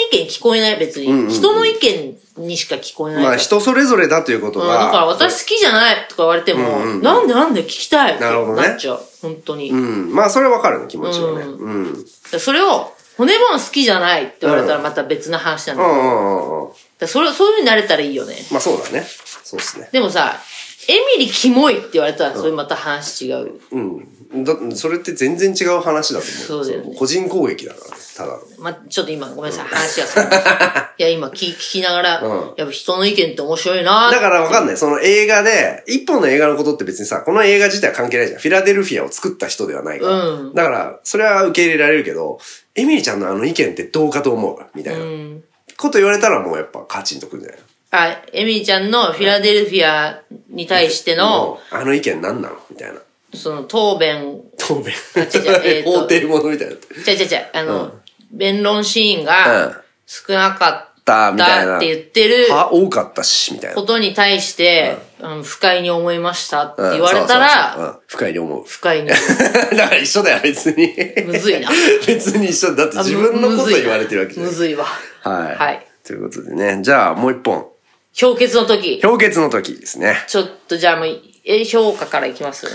[SPEAKER 2] 的な意見聞こえない、別に。
[SPEAKER 3] んうん
[SPEAKER 2] 人の意見にしか聞こえないから。
[SPEAKER 3] まあ人それぞれだということ
[SPEAKER 2] うん、
[SPEAKER 3] が。
[SPEAKER 2] だから、私好きじゃないとか言われても、
[SPEAKER 3] うんうんうん
[SPEAKER 2] なんでなんで聞きたいって
[SPEAKER 3] なるほどね
[SPEAKER 2] なっちゃう。本当に。
[SPEAKER 3] うん。まあそれはわかるね、気持ちはね。
[SPEAKER 2] う
[SPEAKER 3] うん。うん
[SPEAKER 2] それを、骨も好きじゃないって言われたらまた別な話なんだ
[SPEAKER 3] う
[SPEAKER 2] けど、だか
[SPEAKER 3] んうんうん。
[SPEAKER 2] らそれそういう風になれたらいいよね。
[SPEAKER 3] まあそうだね。そうですね。
[SPEAKER 2] でもさ、エミリキモいって言われたら、それまた話違うよ。
[SPEAKER 3] うん。だそれって全然違う話だと思う。
[SPEAKER 2] そうだよね
[SPEAKER 3] 個人攻撃だからね、ただの。
[SPEAKER 2] まあ、ちょっと今、ごめんなさい、話がそ れました。いや、今聞、聞きながら、
[SPEAKER 3] うん
[SPEAKER 2] やっぱ人の意見って面白いな
[SPEAKER 3] だからわかんない。その映画で、一本の映画のことって別にさ、この映画自体は関係ないじゃん。フィラデルフィアを作った人ではないから。
[SPEAKER 2] うん
[SPEAKER 3] だから、それは受け入れられるけど、エミリちゃんのあの意見ってどうかと思うみたいな。
[SPEAKER 2] うん。
[SPEAKER 3] こと言われたらもうやっぱカチンとくるんじゃない
[SPEAKER 2] あ、エミリちゃんのフィラデルフィアに対しての、
[SPEAKER 3] もうあの意見何なのみたいな。
[SPEAKER 2] その答弁、
[SPEAKER 3] 答弁。
[SPEAKER 2] 違うえーと
[SPEAKER 3] 法廷ものみたいな。
[SPEAKER 2] ちゃいちゃいちゃい、あの、
[SPEAKER 3] うん
[SPEAKER 2] 弁論シーン
[SPEAKER 3] うん
[SPEAKER 2] が少なかった
[SPEAKER 3] みたいな
[SPEAKER 2] って言ってる
[SPEAKER 3] は、多かったし、みたいな。
[SPEAKER 2] ことに対して、あの不快に思いましたって
[SPEAKER 3] うん
[SPEAKER 2] 言われた
[SPEAKER 3] そうそうそう
[SPEAKER 2] ら、
[SPEAKER 3] うん不快に思う。
[SPEAKER 2] 不快に思
[SPEAKER 3] だから一緒だよ、別に。
[SPEAKER 2] う。むずいな。
[SPEAKER 3] 別に一緒だ。だって
[SPEAKER 2] あ
[SPEAKER 3] 自分のこ
[SPEAKER 2] む
[SPEAKER 3] と
[SPEAKER 2] ずいな
[SPEAKER 3] 言われてるわけじゃな
[SPEAKER 2] む
[SPEAKER 3] い。
[SPEAKER 2] ずいわ。
[SPEAKER 3] はい。
[SPEAKER 2] はい。
[SPEAKER 3] ということでね。じゃあ、もう一本。
[SPEAKER 2] 氷結の時。
[SPEAKER 3] 氷結の時ですね。
[SPEAKER 2] ちょっとじゃあもう、え、評価からいきます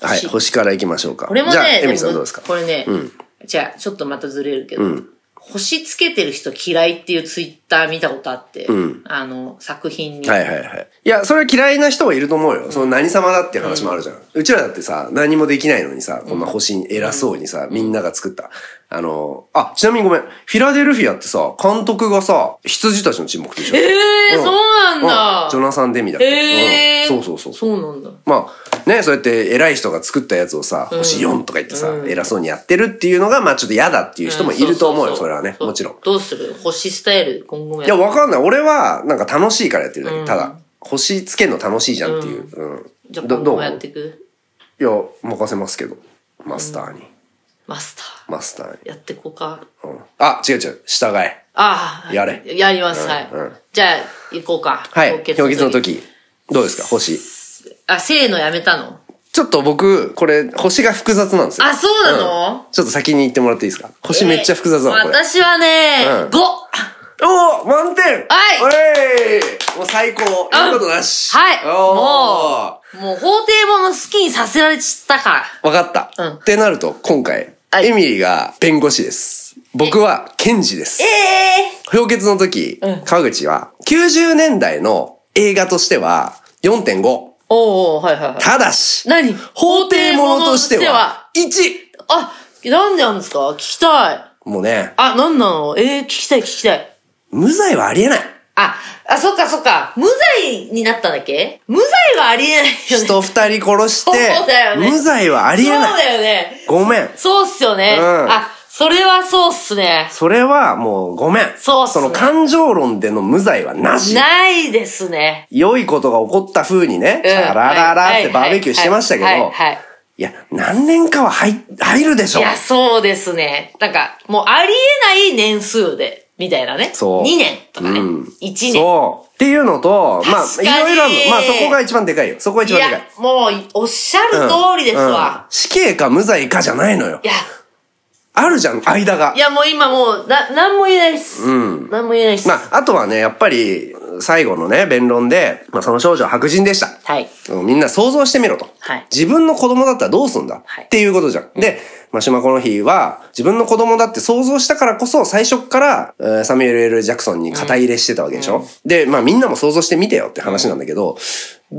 [SPEAKER 3] はい。
[SPEAKER 2] 星
[SPEAKER 3] 星からいきましょうか。
[SPEAKER 2] これも
[SPEAKER 3] じゃあ、
[SPEAKER 2] ね、
[SPEAKER 3] エミさん
[SPEAKER 2] も
[SPEAKER 3] どうですか
[SPEAKER 2] これね、
[SPEAKER 3] うん
[SPEAKER 2] じゃあちょっとまたずれるけど、
[SPEAKER 3] うん
[SPEAKER 2] 星つけてる人嫌いっていうツイッター見たことあって、
[SPEAKER 3] ん
[SPEAKER 2] あの、作品に。
[SPEAKER 3] はいはいはい。いや、それは嫌いな人もいると思うよ。その何様だっていう話もあるじゃん。うちらだってさ、何もできないのにさ、こんな星に偉そうにさ、みんなが作った。あの、あ、ちなみにごめん。フィラデルフィアってさ、監督がさ、羊たちの沈黙でしょ。
[SPEAKER 2] えー、
[SPEAKER 3] うん
[SPEAKER 2] そうなんだ
[SPEAKER 3] うんジョナサン・デミだっけ
[SPEAKER 2] えー、
[SPEAKER 3] うんそうそうそう。
[SPEAKER 2] そうなんだ。
[SPEAKER 3] まあ、ね、そうやって偉い人が作ったやつをさ、星4とか言ってさ、
[SPEAKER 2] うん
[SPEAKER 3] 偉そうにやってるっていうのが、まあちょっと嫌だっていう人もいると思うよ、それはね。
[SPEAKER 2] そう
[SPEAKER 3] もちろん。
[SPEAKER 2] どうする星スタイル、今後も
[SPEAKER 3] いや、
[SPEAKER 2] る
[SPEAKER 3] わかんない。俺は、なんか楽しいからやってるだけ。
[SPEAKER 2] うん
[SPEAKER 3] ただ、星つけるの楽しいじゃんっていう。うん。
[SPEAKER 2] じゃあ
[SPEAKER 3] ど
[SPEAKER 2] 今後
[SPEAKER 3] ど
[SPEAKER 2] も
[SPEAKER 3] う
[SPEAKER 2] やっていく
[SPEAKER 3] いや、任せますけど。マスターに。
[SPEAKER 2] マスタ
[SPEAKER 3] マスターに。
[SPEAKER 2] ー。やってこうか。
[SPEAKER 3] うん。あ、違う違う。従え。
[SPEAKER 2] ああ。
[SPEAKER 3] やれ
[SPEAKER 2] やります、はい。
[SPEAKER 3] うん
[SPEAKER 2] じゃあ、行こうか。
[SPEAKER 3] はい。
[SPEAKER 2] 氷
[SPEAKER 3] 氷
[SPEAKER 2] 結の時
[SPEAKER 3] 結の時。どうですか星。
[SPEAKER 2] あ、せーのやめたの
[SPEAKER 3] ちょっと僕、これ、星が複雑なんですよ。
[SPEAKER 2] あ、そうな
[SPEAKER 3] うん
[SPEAKER 2] の、
[SPEAKER 3] ちょっと先に言ってもらっていいですか星めっちゃ複雑なの、これ。
[SPEAKER 2] 私はね、
[SPEAKER 3] うん
[SPEAKER 2] 五
[SPEAKER 3] おお満点
[SPEAKER 2] はい
[SPEAKER 3] おいもう最高言うことなし
[SPEAKER 2] はい
[SPEAKER 3] お
[SPEAKER 2] 5もう法廷もの好きにさせられちったから。
[SPEAKER 3] ーわかった、
[SPEAKER 2] うん
[SPEAKER 3] ってなると、今回、
[SPEAKER 2] はい
[SPEAKER 3] エミリーが弁護士です。僕は検事です。
[SPEAKER 2] え
[SPEAKER 3] 氷結の時、
[SPEAKER 2] うん
[SPEAKER 3] 川口は、90年代の映画としては、4.5。
[SPEAKER 2] ー、おうおうはいはいはい。
[SPEAKER 3] ただし、
[SPEAKER 2] 何
[SPEAKER 3] 法廷ものとしては、1!
[SPEAKER 2] あ、なんでなんですか聞きたい。
[SPEAKER 3] もうね、
[SPEAKER 2] あ、なんなのえー、聞きたい聞きたい。
[SPEAKER 3] 無罪はありえない。
[SPEAKER 2] あ、あ、そっかそっか。無罪になったんだっけ無罪はありえないよね。
[SPEAKER 3] 人二人殺し
[SPEAKER 2] そうだよ
[SPEAKER 3] て、
[SPEAKER 2] ね
[SPEAKER 3] 無罪はありえ
[SPEAKER 2] そう
[SPEAKER 3] ない。
[SPEAKER 2] だよね。
[SPEAKER 3] ごめん。
[SPEAKER 2] そうっすよね。
[SPEAKER 3] うん
[SPEAKER 2] あ、それはそうっすね。
[SPEAKER 3] それはもうごめん。
[SPEAKER 2] そうっすね
[SPEAKER 3] の感情論での無罪はなし。
[SPEAKER 2] ないですね。
[SPEAKER 3] 良いことが起こった風にね、
[SPEAKER 2] うん
[SPEAKER 3] チャラララってバーベキューしてましたけど、
[SPEAKER 2] はいはいはいはい
[SPEAKER 3] いや、何年かは入、入るでしょ
[SPEAKER 2] いや、そうですね。なんか、もうありえない年数で、みたいなね。
[SPEAKER 3] そう
[SPEAKER 2] 2年とかね。
[SPEAKER 3] うん
[SPEAKER 2] 1年。
[SPEAKER 3] そう。っていうのと、まあ、
[SPEAKER 2] 確か
[SPEAKER 3] い
[SPEAKER 2] に
[SPEAKER 3] ろいろあるの。まあ、そこが一番でかいよ。そこが一
[SPEAKER 2] い
[SPEAKER 3] 番でかい。
[SPEAKER 2] や、もう、おっしゃる通りです
[SPEAKER 3] うんうん
[SPEAKER 2] わ。
[SPEAKER 3] 死刑か無罪かじゃないのよ
[SPEAKER 2] い。や、
[SPEAKER 3] あるじゃん、間が
[SPEAKER 2] い。やもう今もう、な、なんも言えないです。
[SPEAKER 3] ん
[SPEAKER 2] なんも言えないです。
[SPEAKER 3] まあ、あとはね、やっぱり、最後のね、弁論で、まあ、その少女は白人でした。
[SPEAKER 2] はい。
[SPEAKER 3] うんみんな想像してみろと。
[SPEAKER 2] はい
[SPEAKER 3] 自分の子供だったらどうすんだ、
[SPEAKER 2] はい
[SPEAKER 3] っていうことじゃん。で、マシュマコの日は、自分の子供だって想像したからこそ、最初っから、えーサミュエル・ L ・ジャクソンに肩入れしてたわけでしょ、で、まあみんなも想像してみてよって話なんだけど、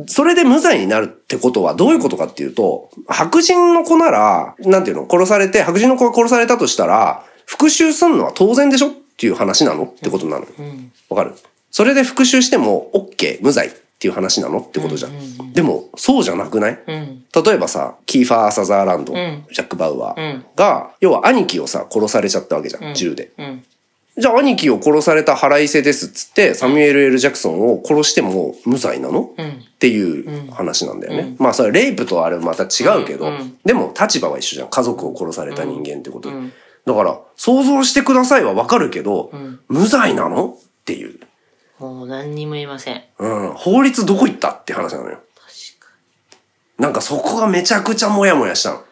[SPEAKER 3] それで無罪になるってことはどういうことかっていうと、白人の子なら、なんていうの、殺されて、白人の子が殺されたとしたら、復讐すんのは当然でしょっていう話なのってことなの。わ、かるそれで復讐しても、OK、無罪っていう話なのってことじゃん。でも、そうじゃなくない、
[SPEAKER 2] うん。
[SPEAKER 3] 例えばさ、キーファー・サザーランド、
[SPEAKER 2] ん
[SPEAKER 3] ジャック・バウアー
[SPEAKER 2] うん
[SPEAKER 3] が、要は兄貴をさ、殺されちゃったわけじゃん、銃で。
[SPEAKER 2] うん。
[SPEAKER 3] じゃあ兄貴を殺された腹いせですっつって、サミュエル・ L ・ジャクソンを殺しても無罪なの、
[SPEAKER 2] ん
[SPEAKER 3] っていう話なんだよね。まあそれはレイプとはあれまた違うけど、
[SPEAKER 2] うんうん
[SPEAKER 3] でも立場は一緒じゃん。家族を殺された人間ってことで。だから、想像してくださいはわかるけど、無罪なのっていう。
[SPEAKER 2] もう何にも言いません。
[SPEAKER 3] うん、法律どこ行ったって話なのよ。なんかそこがめちゃくちゃモヤモヤしたの。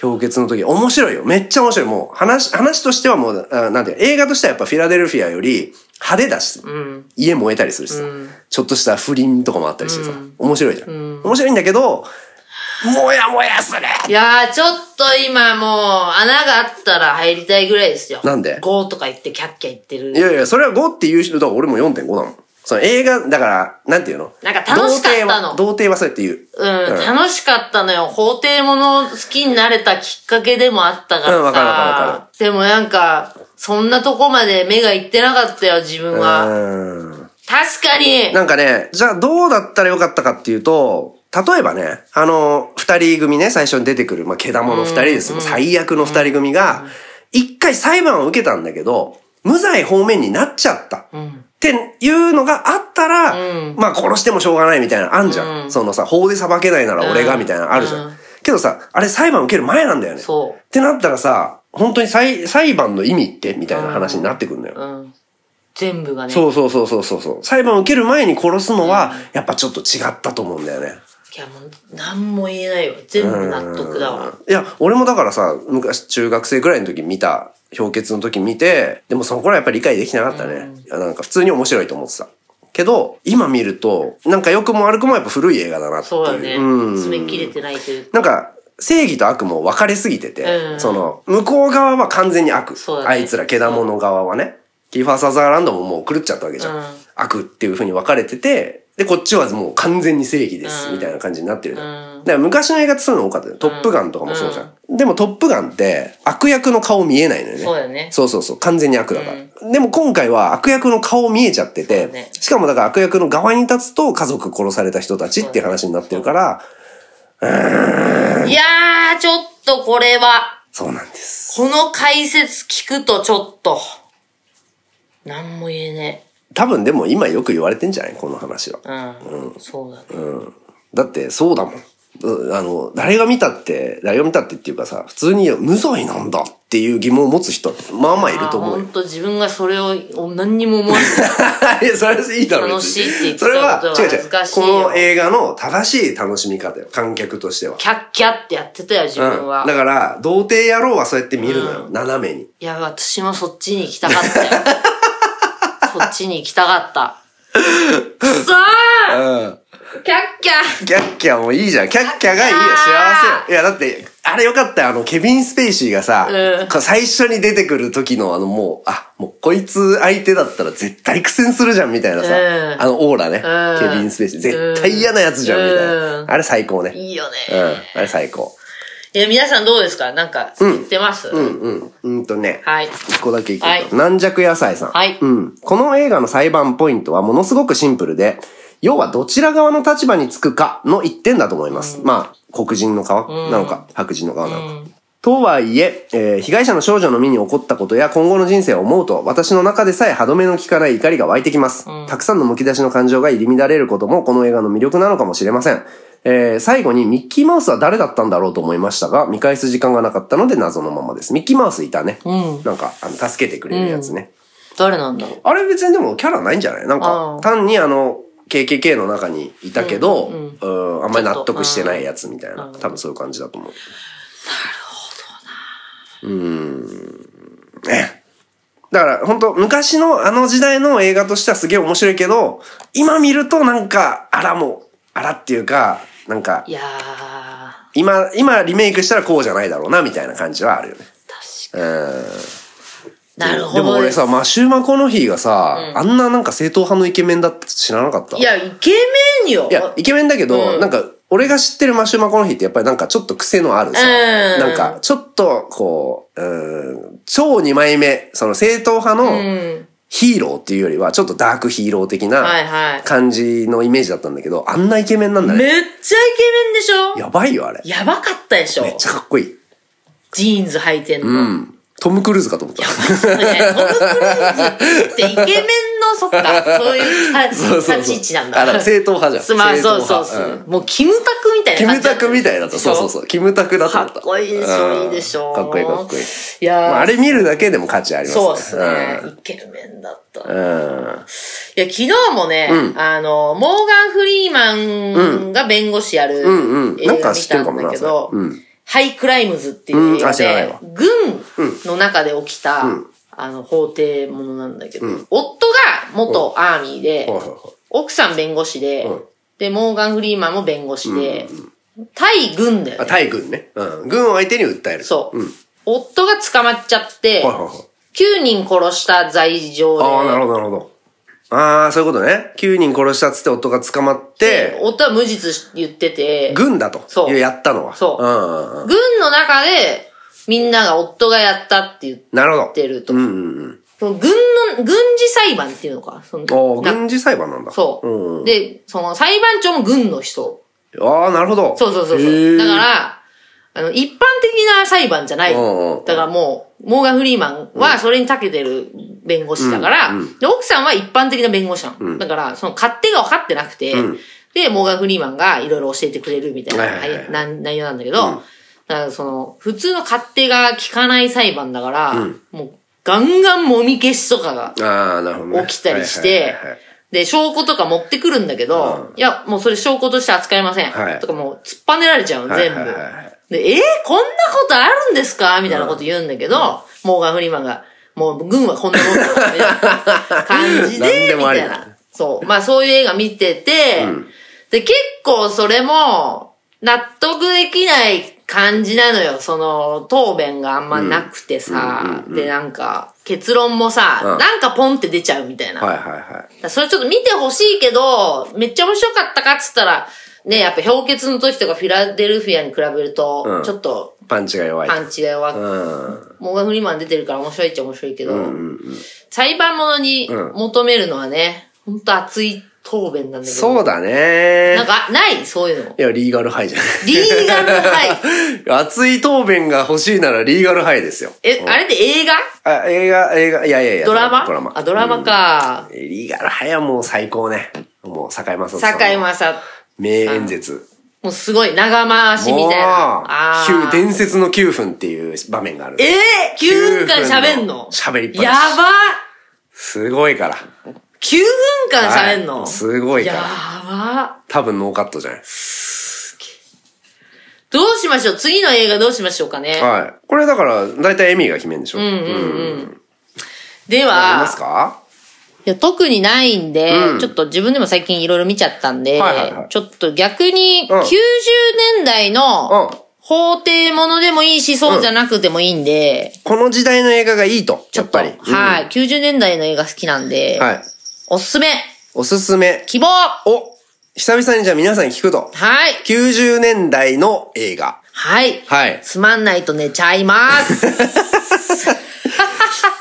[SPEAKER 3] 氷結の時、面白いよ。めっちゃ面白い。もう話、話としてはもう、あなんていうか映画としてはやっぱフィラデルフィアより派手だし、
[SPEAKER 2] うん。
[SPEAKER 3] 家燃えたりするしさ、ちょっとした不倫とかもあったりしてさ、面白いじゃん,、面白いんだけど、モヤモヤする
[SPEAKER 2] いやー、ちょっと今もう、穴があったら入りたいぐらいですよ。
[SPEAKER 3] なんで
[SPEAKER 2] 5とか言ってキャッキャ言ってる。
[SPEAKER 3] いやいや、それは5って言う人、だから俺も4.5だもん。その映画、だから、なんていうの
[SPEAKER 2] なんか楽しかったの
[SPEAKER 3] 童貞は、童貞はそうやって言う。
[SPEAKER 2] うん、
[SPEAKER 3] うん
[SPEAKER 2] 楽しかったのよ。法廷もの好きになれたきっかけでもあったからさ。
[SPEAKER 3] うんわかるわかるわか
[SPEAKER 2] でもなんか、そんなとこまで目がいってなかったよ、自分は。
[SPEAKER 3] うん。
[SPEAKER 2] 確かに
[SPEAKER 3] なんかね、じゃあどうだったらよかったかっていうと、例えばね、あの、二人組ね、最初に出てくる、まあ、毛玉の二人ですよ。最悪の二人組が、一回裁判を受けたんだけど、無罪方面になっちゃった。っていうのがあったら、
[SPEAKER 2] うん
[SPEAKER 3] まあ殺してもしょうがないみたいなのあんじゃん。
[SPEAKER 2] うん
[SPEAKER 3] そのさ、法で裁けないなら俺がみたいなのあるじゃん。
[SPEAKER 2] うん
[SPEAKER 3] けどさ、あれ裁判受ける前なんだよね。
[SPEAKER 2] そ
[SPEAKER 3] ってなったらさ、本当に裁裁判の意味ってみたいな話になってくるんだよ。
[SPEAKER 2] う。うん。全部がね。
[SPEAKER 3] そうそうそうそうそうそう。裁判を受ける前に殺すのは、やっぱちょっと違ったと思うんだよね。
[SPEAKER 2] いやもう、なんも言えないわ。全部納得だわ。
[SPEAKER 3] いや、俺もだからさ、昔中学生くらいの時見た、氷結の時見て、でもそこらやっぱり理解できなかったね。いや、なんか普通に面白いと思ってた。けど、今見ると、なんか良くも悪くもやっぱ古い映画だなっていう。
[SPEAKER 2] そうだね。
[SPEAKER 3] うん
[SPEAKER 2] 詰め切れてないというか。
[SPEAKER 3] なんか、正義と悪も分かれすぎてて、
[SPEAKER 2] うん
[SPEAKER 3] その、向こう側は完全に悪。
[SPEAKER 2] そうだね
[SPEAKER 3] あいつら、けだもの側はね。キーファー・サザーランドももう狂っちゃったわけじゃん。
[SPEAKER 2] うん
[SPEAKER 3] 悪っていう風に分かれてて、で、こっちはもう完全に正義です、
[SPEAKER 2] うん
[SPEAKER 3] みたいな感じになってるじゃん。
[SPEAKER 2] うん
[SPEAKER 3] だから昔の映画ってそういうの多かったよ。トップガンとかもそうじゃん。でもトップガンって悪役の顔見えないのよね。
[SPEAKER 2] そうだよね
[SPEAKER 3] そうそうそう。完全に悪だから。でも今回は悪役の顔見えちゃってて、
[SPEAKER 2] そうね
[SPEAKER 3] しかもだから悪役の側に立つと家族殺された人たちっていう話になってるから、
[SPEAKER 2] いやー、ちょっとこれは、
[SPEAKER 3] そうなんです。
[SPEAKER 2] この解説聞くとちょっと、なんも言えね
[SPEAKER 3] 多分でも今よく言われてんじゃないこの話は。
[SPEAKER 2] え。うん。そうだね。
[SPEAKER 3] だってそうだもん。うあの、誰が見たって、誰が見たってっていうかさ、普通に無罪なんだっていう疑問を持つ人、まあまあいると思うよ
[SPEAKER 2] 本。当自分がそれを何にも思わ ず
[SPEAKER 3] いや、それはいいだろ、
[SPEAKER 2] 楽
[SPEAKER 3] 別
[SPEAKER 2] しいって言
[SPEAKER 3] に
[SPEAKER 2] っ
[SPEAKER 3] それ
[SPEAKER 2] ちゃう
[SPEAKER 3] は
[SPEAKER 2] ことは、
[SPEAKER 3] 違う違う。
[SPEAKER 2] 恥ずかしい
[SPEAKER 3] こ
[SPEAKER 2] よ
[SPEAKER 3] の映画の正しい楽しみ方よ。観客としては。
[SPEAKER 2] キャッキャってやってたよ自分は、
[SPEAKER 3] うん。だから、童貞野郎はそうやって見るのよ。斜めに。
[SPEAKER 2] いや私もそっちに行きたか ったよそっちに行きたかったくそー
[SPEAKER 3] うん。
[SPEAKER 2] キャッキャ
[SPEAKER 3] キャッキャもいいじゃん。キャッキャがいいよ。
[SPEAKER 2] キャッキャー
[SPEAKER 3] 幸せよ。いや、だって、あれよかったよ。あの、ケビン・スペイシーがさ、
[SPEAKER 2] うん
[SPEAKER 3] こう最初に出てくる時の、あの、もう、あ、もう、こいつ相手だったら絶対苦戦するじゃん、みたいなさ、
[SPEAKER 2] うん
[SPEAKER 3] あの、オーラね、
[SPEAKER 2] うん
[SPEAKER 3] ケビン・スペイシー。絶対嫌なやつじゃん、みたいな。
[SPEAKER 2] うん
[SPEAKER 3] あれ最高ね。
[SPEAKER 2] いいよね、
[SPEAKER 3] うん。あれ最高。
[SPEAKER 2] いや皆さんどうですかなんか言ってます、
[SPEAKER 3] うん、うん。うんとね。
[SPEAKER 2] はい
[SPEAKER 3] 一個だけいこうと
[SPEAKER 2] はい
[SPEAKER 3] 軟弱野菜さん。
[SPEAKER 2] はい
[SPEAKER 3] うん。この映画の裁判ポイントはものすごくシンプルで、要はどちら側の立場につくかの一点だと思います。まあ、黒人の側なのか、白人の側なのか。とはいええー被害者の少女の身に起こったことや今後の人生を思うと、私の中でさえ歯止めの効かない怒りが湧いてきます。たくさんの剥き出しの感情が入り乱れることも、この映画の魅力なのかもしれません。えー最後にミッキーマウスは誰だったんだろうと思いましたが、見返す時間がなかったので謎のままです。ミッキーマウスいたね。なんか、あの、助けてくれるやつね。
[SPEAKER 2] 誰なんだろう
[SPEAKER 3] あれ別にでもキャラないんじゃないなん
[SPEAKER 2] あ
[SPEAKER 3] か
[SPEAKER 2] あ、
[SPEAKER 3] 単にあの、KKK の中にいたけど、うんあんまり納得してないやつみたいな。多分そういう感じだと思う。なるほどな。うーん。ね。だから、本当昔のあの時代の映画としてはすげえ面白いけど、今見るとなんか、あらもう、あらっていうか、なんか
[SPEAKER 2] い、やー
[SPEAKER 3] 今、今リメイクしたらこうじゃないだろうな、みたいな感じはあるよね。
[SPEAKER 2] 確かになるほ
[SPEAKER 3] でも
[SPEAKER 2] ど
[SPEAKER 3] 俺
[SPEAKER 2] です
[SPEAKER 3] さ、マシューマコノヒーがさ、あんななんか正統派のイケメンだって知らなかった。
[SPEAKER 2] いやイケメンよ
[SPEAKER 3] いや、イケメンだけど、
[SPEAKER 2] うん
[SPEAKER 3] なんか、俺が知ってるマシュマコの日ってやっぱりなんかちょっと癖のあるさ、
[SPEAKER 2] うん
[SPEAKER 3] なんかちょっとこう、うん、超二枚目、その正統派
[SPEAKER 2] う
[SPEAKER 3] の
[SPEAKER 2] ん
[SPEAKER 3] ヒーローっていうよりはちょっとダークヒーロー的
[SPEAKER 2] はい
[SPEAKER 3] な
[SPEAKER 2] はい
[SPEAKER 3] 感じのイメージだったんだけど、あんなイケメンなんだ
[SPEAKER 2] めっ
[SPEAKER 3] ね。
[SPEAKER 2] ちゃイケメンでしょ
[SPEAKER 3] やばいよ、あれ。
[SPEAKER 2] やばかったでしょ
[SPEAKER 3] めっちゃかっこいい。
[SPEAKER 2] ジーンズ履いてんの。
[SPEAKER 3] うん。トム・クルーズかと思った。
[SPEAKER 2] ねトム・クルーズってイケメンの、そっか、そういうた
[SPEAKER 3] そうそうそう
[SPEAKER 2] 立ち位置なん
[SPEAKER 3] あ、だから
[SPEAKER 2] だ。
[SPEAKER 3] 正統派じゃん。
[SPEAKER 2] まあ、
[SPEAKER 3] 正統
[SPEAKER 2] そう
[SPEAKER 3] 派
[SPEAKER 2] そうそう、
[SPEAKER 3] ん
[SPEAKER 2] もう、キムタクみたい
[SPEAKER 3] キ
[SPEAKER 2] な感
[SPEAKER 3] ム
[SPEAKER 2] じだ
[SPEAKER 3] タ
[SPEAKER 2] った。
[SPEAKER 3] クみたいだった。そうそう
[SPEAKER 2] う。
[SPEAKER 3] そう。キムタクだと思った。
[SPEAKER 2] かっこいいでし
[SPEAKER 3] うん
[SPEAKER 2] ょ、いいでしょ。
[SPEAKER 3] かっこいいかっこいい。
[SPEAKER 2] いやー、
[SPEAKER 3] まあ、あれ見るだけでも価値ありますね。
[SPEAKER 2] そうですね、イケメンだった。い
[SPEAKER 3] うん。
[SPEAKER 2] や、昨日もね、
[SPEAKER 3] うん
[SPEAKER 2] あの、モーガン・フリーマンが弁護士やる
[SPEAKER 3] うんうん
[SPEAKER 2] 映
[SPEAKER 3] なん
[SPEAKER 2] 画
[SPEAKER 3] か
[SPEAKER 2] 見
[SPEAKER 3] 知ってる
[SPEAKER 2] た
[SPEAKER 3] か
[SPEAKER 2] ん
[SPEAKER 3] もな
[SPEAKER 2] だけど、
[SPEAKER 3] それうん
[SPEAKER 2] ハイクライムズっていう映
[SPEAKER 3] うん
[SPEAKER 2] 画
[SPEAKER 3] あ知らない
[SPEAKER 2] で
[SPEAKER 3] わ、
[SPEAKER 2] 軍の中で起きた、あの、法廷ものなんだけど、夫が元アーミーで、
[SPEAKER 3] はいはいはい
[SPEAKER 2] 奥さん弁護士で、
[SPEAKER 3] ん
[SPEAKER 2] で、モーガン・フリーマンも弁護士で、対軍だよ
[SPEAKER 3] あ、
[SPEAKER 2] ね。
[SPEAKER 3] タイ軍ね。うん。軍を相手に訴える。
[SPEAKER 2] そう、
[SPEAKER 3] うん。
[SPEAKER 2] 夫が捕まっちゃって、
[SPEAKER 3] はいはいはい。
[SPEAKER 2] 9人殺した罪状で、
[SPEAKER 3] ああ、なるほど、なるほど。ああ、そういうことね。9人殺したっつって夫が捕まって、
[SPEAKER 2] 夫は無実言ってて、
[SPEAKER 3] 軍だと。
[SPEAKER 2] そう
[SPEAKER 3] やったのは。
[SPEAKER 2] そう
[SPEAKER 3] うんうんうん。
[SPEAKER 2] 軍の中で、みんなが夫がやったって言っ
[SPEAKER 3] なるほ
[SPEAKER 2] て
[SPEAKER 3] ど。
[SPEAKER 2] ると。
[SPEAKER 3] うんうんうん。
[SPEAKER 2] その軍の、軍事裁判っていうのか。その
[SPEAKER 3] おー
[SPEAKER 2] な
[SPEAKER 3] 軍事裁判なんだ。
[SPEAKER 2] そう、
[SPEAKER 3] んうん、
[SPEAKER 2] で、その裁判長も軍の人。
[SPEAKER 3] ああ、なるほど。
[SPEAKER 2] そうそうそう
[SPEAKER 3] へ
[SPEAKER 2] そう。
[SPEAKER 3] ー
[SPEAKER 2] だか、ら、あの、一般的な裁判じゃない。
[SPEAKER 3] うんうん
[SPEAKER 2] だからもう、モーガン・フリーマンはそれに長けてる弁護士だから、
[SPEAKER 3] うんう
[SPEAKER 2] で、奥さんは一般的な弁護士なの。だから、その勝手が分かってなくて、
[SPEAKER 3] うん
[SPEAKER 2] で、モーガン・フリーマンがいろいろ教えてくれるみたいな、
[SPEAKER 3] はいはいはい
[SPEAKER 2] な内容なんだけど、
[SPEAKER 3] うん
[SPEAKER 2] だからその、普通の勝手が効かない裁判だから、
[SPEAKER 3] うん
[SPEAKER 2] もう、ガンガンもみ消しとかが
[SPEAKER 3] ああ、なるほど、ね。
[SPEAKER 2] 起きたりして
[SPEAKER 3] はいはいはいはい、
[SPEAKER 2] で、証拠とか持ってくるんだけど、いや、もうそれ証拠として扱いません。
[SPEAKER 3] はい
[SPEAKER 2] とかもう突っぱねられちゃうの、
[SPEAKER 3] はい
[SPEAKER 2] 全
[SPEAKER 3] は
[SPEAKER 2] 部。
[SPEAKER 3] いはいはい
[SPEAKER 2] で、えーこんなことあるんですかみたいなこと言うんだけど、モーガン・フリーマンが、もう軍はこんなもんだみたいな感じ
[SPEAKER 3] 何
[SPEAKER 2] で、
[SPEAKER 3] で
[SPEAKER 2] み
[SPEAKER 3] もあ
[SPEAKER 2] た
[SPEAKER 3] り
[SPEAKER 2] い
[SPEAKER 3] だ
[SPEAKER 2] な。そう。まあそういう映画見てて、
[SPEAKER 3] うん
[SPEAKER 2] で、結構それも、納得できない感じなのよ。その、答弁があんまなくてさ、で、なんか、結論もさ、
[SPEAKER 3] うん
[SPEAKER 2] なんかポンって出ちゃうみたいな。
[SPEAKER 3] はいはいはい。
[SPEAKER 2] だからそれちょっと見てほしいけど、めっちゃ面白かったかっつったら、ね、やっぱ氷結の時とかフィラデルフィアに比べる
[SPEAKER 3] う
[SPEAKER 2] と
[SPEAKER 3] ん、
[SPEAKER 2] ちょっと
[SPEAKER 3] パンチが弱い。
[SPEAKER 2] パンチが弱く、
[SPEAKER 3] うん。
[SPEAKER 2] モーガン・フリーマン出てるから面白いっちゃ面白いけど、
[SPEAKER 3] うんうんうん。
[SPEAKER 2] 裁判者に
[SPEAKER 3] うん
[SPEAKER 2] 求めるのはね、ほんと熱い答弁なんだけど。
[SPEAKER 3] そうだね。
[SPEAKER 2] なんか、ないそういうの。
[SPEAKER 3] いや、リーガルハイじゃない。
[SPEAKER 2] リーガルハイ。
[SPEAKER 3] 熱い答弁が欲しいならリーガルハイですよ。
[SPEAKER 2] え、あれって映画
[SPEAKER 3] あ、映画、映画、いやいやいや。
[SPEAKER 2] ドラマ
[SPEAKER 3] ドラマ。
[SPEAKER 2] あ、ドラマか。
[SPEAKER 3] うん。リーガルハイはもう最高ね。もう、坂井正人さん。
[SPEAKER 2] 堺正。
[SPEAKER 3] 名演説。
[SPEAKER 2] もうすごい長回しみたいな。
[SPEAKER 3] もう
[SPEAKER 2] あ
[SPEAKER 3] 九
[SPEAKER 2] ー
[SPEAKER 3] 伝説の9分っていう場面がある。
[SPEAKER 2] えー、9分間喋んの
[SPEAKER 3] 9分の喋りっぱ
[SPEAKER 2] や
[SPEAKER 3] なし
[SPEAKER 2] ば
[SPEAKER 3] すごいから。
[SPEAKER 2] !9 分間喋んの、
[SPEAKER 3] はいすごいか
[SPEAKER 2] や
[SPEAKER 3] ら
[SPEAKER 2] ば
[SPEAKER 3] 多分ノーカットじゃない。
[SPEAKER 2] どうしましょう次の映画どうしましょうかね。
[SPEAKER 3] はい。これだから、大体エミーが決めんでしょ。うん。
[SPEAKER 2] うんんうん。で
[SPEAKER 3] ありま
[SPEAKER 2] は
[SPEAKER 3] す、か
[SPEAKER 2] いや特にないんで、
[SPEAKER 3] うん
[SPEAKER 2] ちょっと自分でも最近いろいろ見ちゃったんで、
[SPEAKER 3] はいはいはい
[SPEAKER 2] ちょっと逆に
[SPEAKER 3] うん
[SPEAKER 2] 90年代の
[SPEAKER 3] うん
[SPEAKER 2] 法廷ものでもいいし、そうじゃなくてもいいんで、
[SPEAKER 3] この時代の映画がいいと。
[SPEAKER 2] ちょ
[SPEAKER 3] や
[SPEAKER 2] っ
[SPEAKER 3] っ
[SPEAKER 2] と、
[SPEAKER 3] ぱり。。
[SPEAKER 2] はいい、90年代の映画好きなんで、
[SPEAKER 3] はい。
[SPEAKER 2] おすすめ、
[SPEAKER 3] おすすめ。
[SPEAKER 2] 希望は
[SPEAKER 3] お久々にじゃあ皆さんに聞くと。
[SPEAKER 2] い、
[SPEAKER 3] 90年代の映画。
[SPEAKER 2] はい、
[SPEAKER 3] はい。
[SPEAKER 2] つまんないと寝ちゃい ます。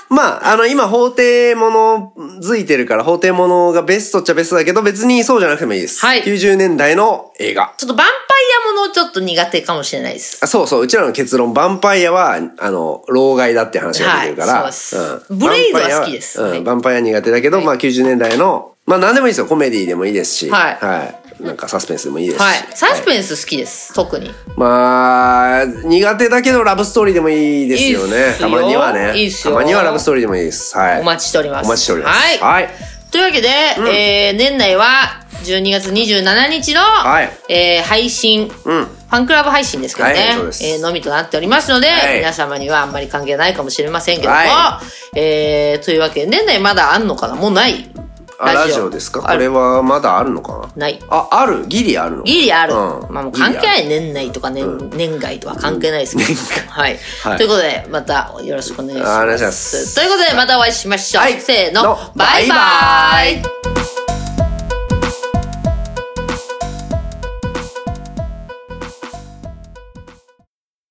[SPEAKER 3] まあ、あの、今、法廷ものづいてるから、法廷ものがベストっちゃベストだけど、別にそうじゃなくてもいいです。
[SPEAKER 2] はい
[SPEAKER 3] 90年代の映画。
[SPEAKER 2] ちょっとヴァンパイアものちょっと苦手かもしれないです。
[SPEAKER 3] あそうそう、うちらの結論、ヴァンパイアは、あの、老害だって話が出てるから。
[SPEAKER 2] はいそうですブレイドは好きです
[SPEAKER 3] ヴ
[SPEAKER 2] はい
[SPEAKER 3] ァンパイアうん、ヴァンパイア苦手だけど、
[SPEAKER 2] はい
[SPEAKER 3] まあ90年代の、まあ何でもいいですよ。コメディでもいいですし。
[SPEAKER 2] はい
[SPEAKER 3] はい。なんかサスペンスでもいいですし。
[SPEAKER 2] はい、サスペンス好きです、特に。
[SPEAKER 3] まあ、苦手だけどラブストーリーでもいいですよね。
[SPEAKER 2] いいっすよ
[SPEAKER 3] たまにはね。
[SPEAKER 2] いいっすよ
[SPEAKER 3] たまにはラブストーリーでもいいです。はい。
[SPEAKER 2] お待ちしております。
[SPEAKER 3] お待ちしております。
[SPEAKER 2] はい。
[SPEAKER 3] はい。
[SPEAKER 2] というわけで、えー、年内は12月27日の、
[SPEAKER 3] い
[SPEAKER 2] えー配信、
[SPEAKER 3] うん。
[SPEAKER 2] ファンクラブ配信ですけどね、
[SPEAKER 3] はいそうです
[SPEAKER 2] えーのみとなっておりますので、
[SPEAKER 3] はい
[SPEAKER 2] 皆様にはあんまり関係ないかもしれませんけども、
[SPEAKER 3] は
[SPEAKER 2] えー、というわけで、年内まだあんのかなもうない
[SPEAKER 3] あラジオですか
[SPEAKER 2] あ
[SPEAKER 3] これ
[SPEAKER 2] る
[SPEAKER 3] はまだあるのかな
[SPEAKER 2] ない。
[SPEAKER 3] あ、あるギリあるの
[SPEAKER 2] ギリある。
[SPEAKER 3] うん
[SPEAKER 2] まあもう関係な
[SPEAKER 3] ギ
[SPEAKER 2] い。年内とか年、年外とは関係ないですけど。 はい、
[SPEAKER 3] はい
[SPEAKER 2] ということで、またよろしくお願いします。
[SPEAKER 3] お願いします
[SPEAKER 2] ということで、またお会いしましょう。
[SPEAKER 3] はい
[SPEAKER 2] せー
[SPEAKER 3] の
[SPEAKER 2] の、バイバ
[SPEAKER 3] バ
[SPEAKER 2] イ
[SPEAKER 3] イバイ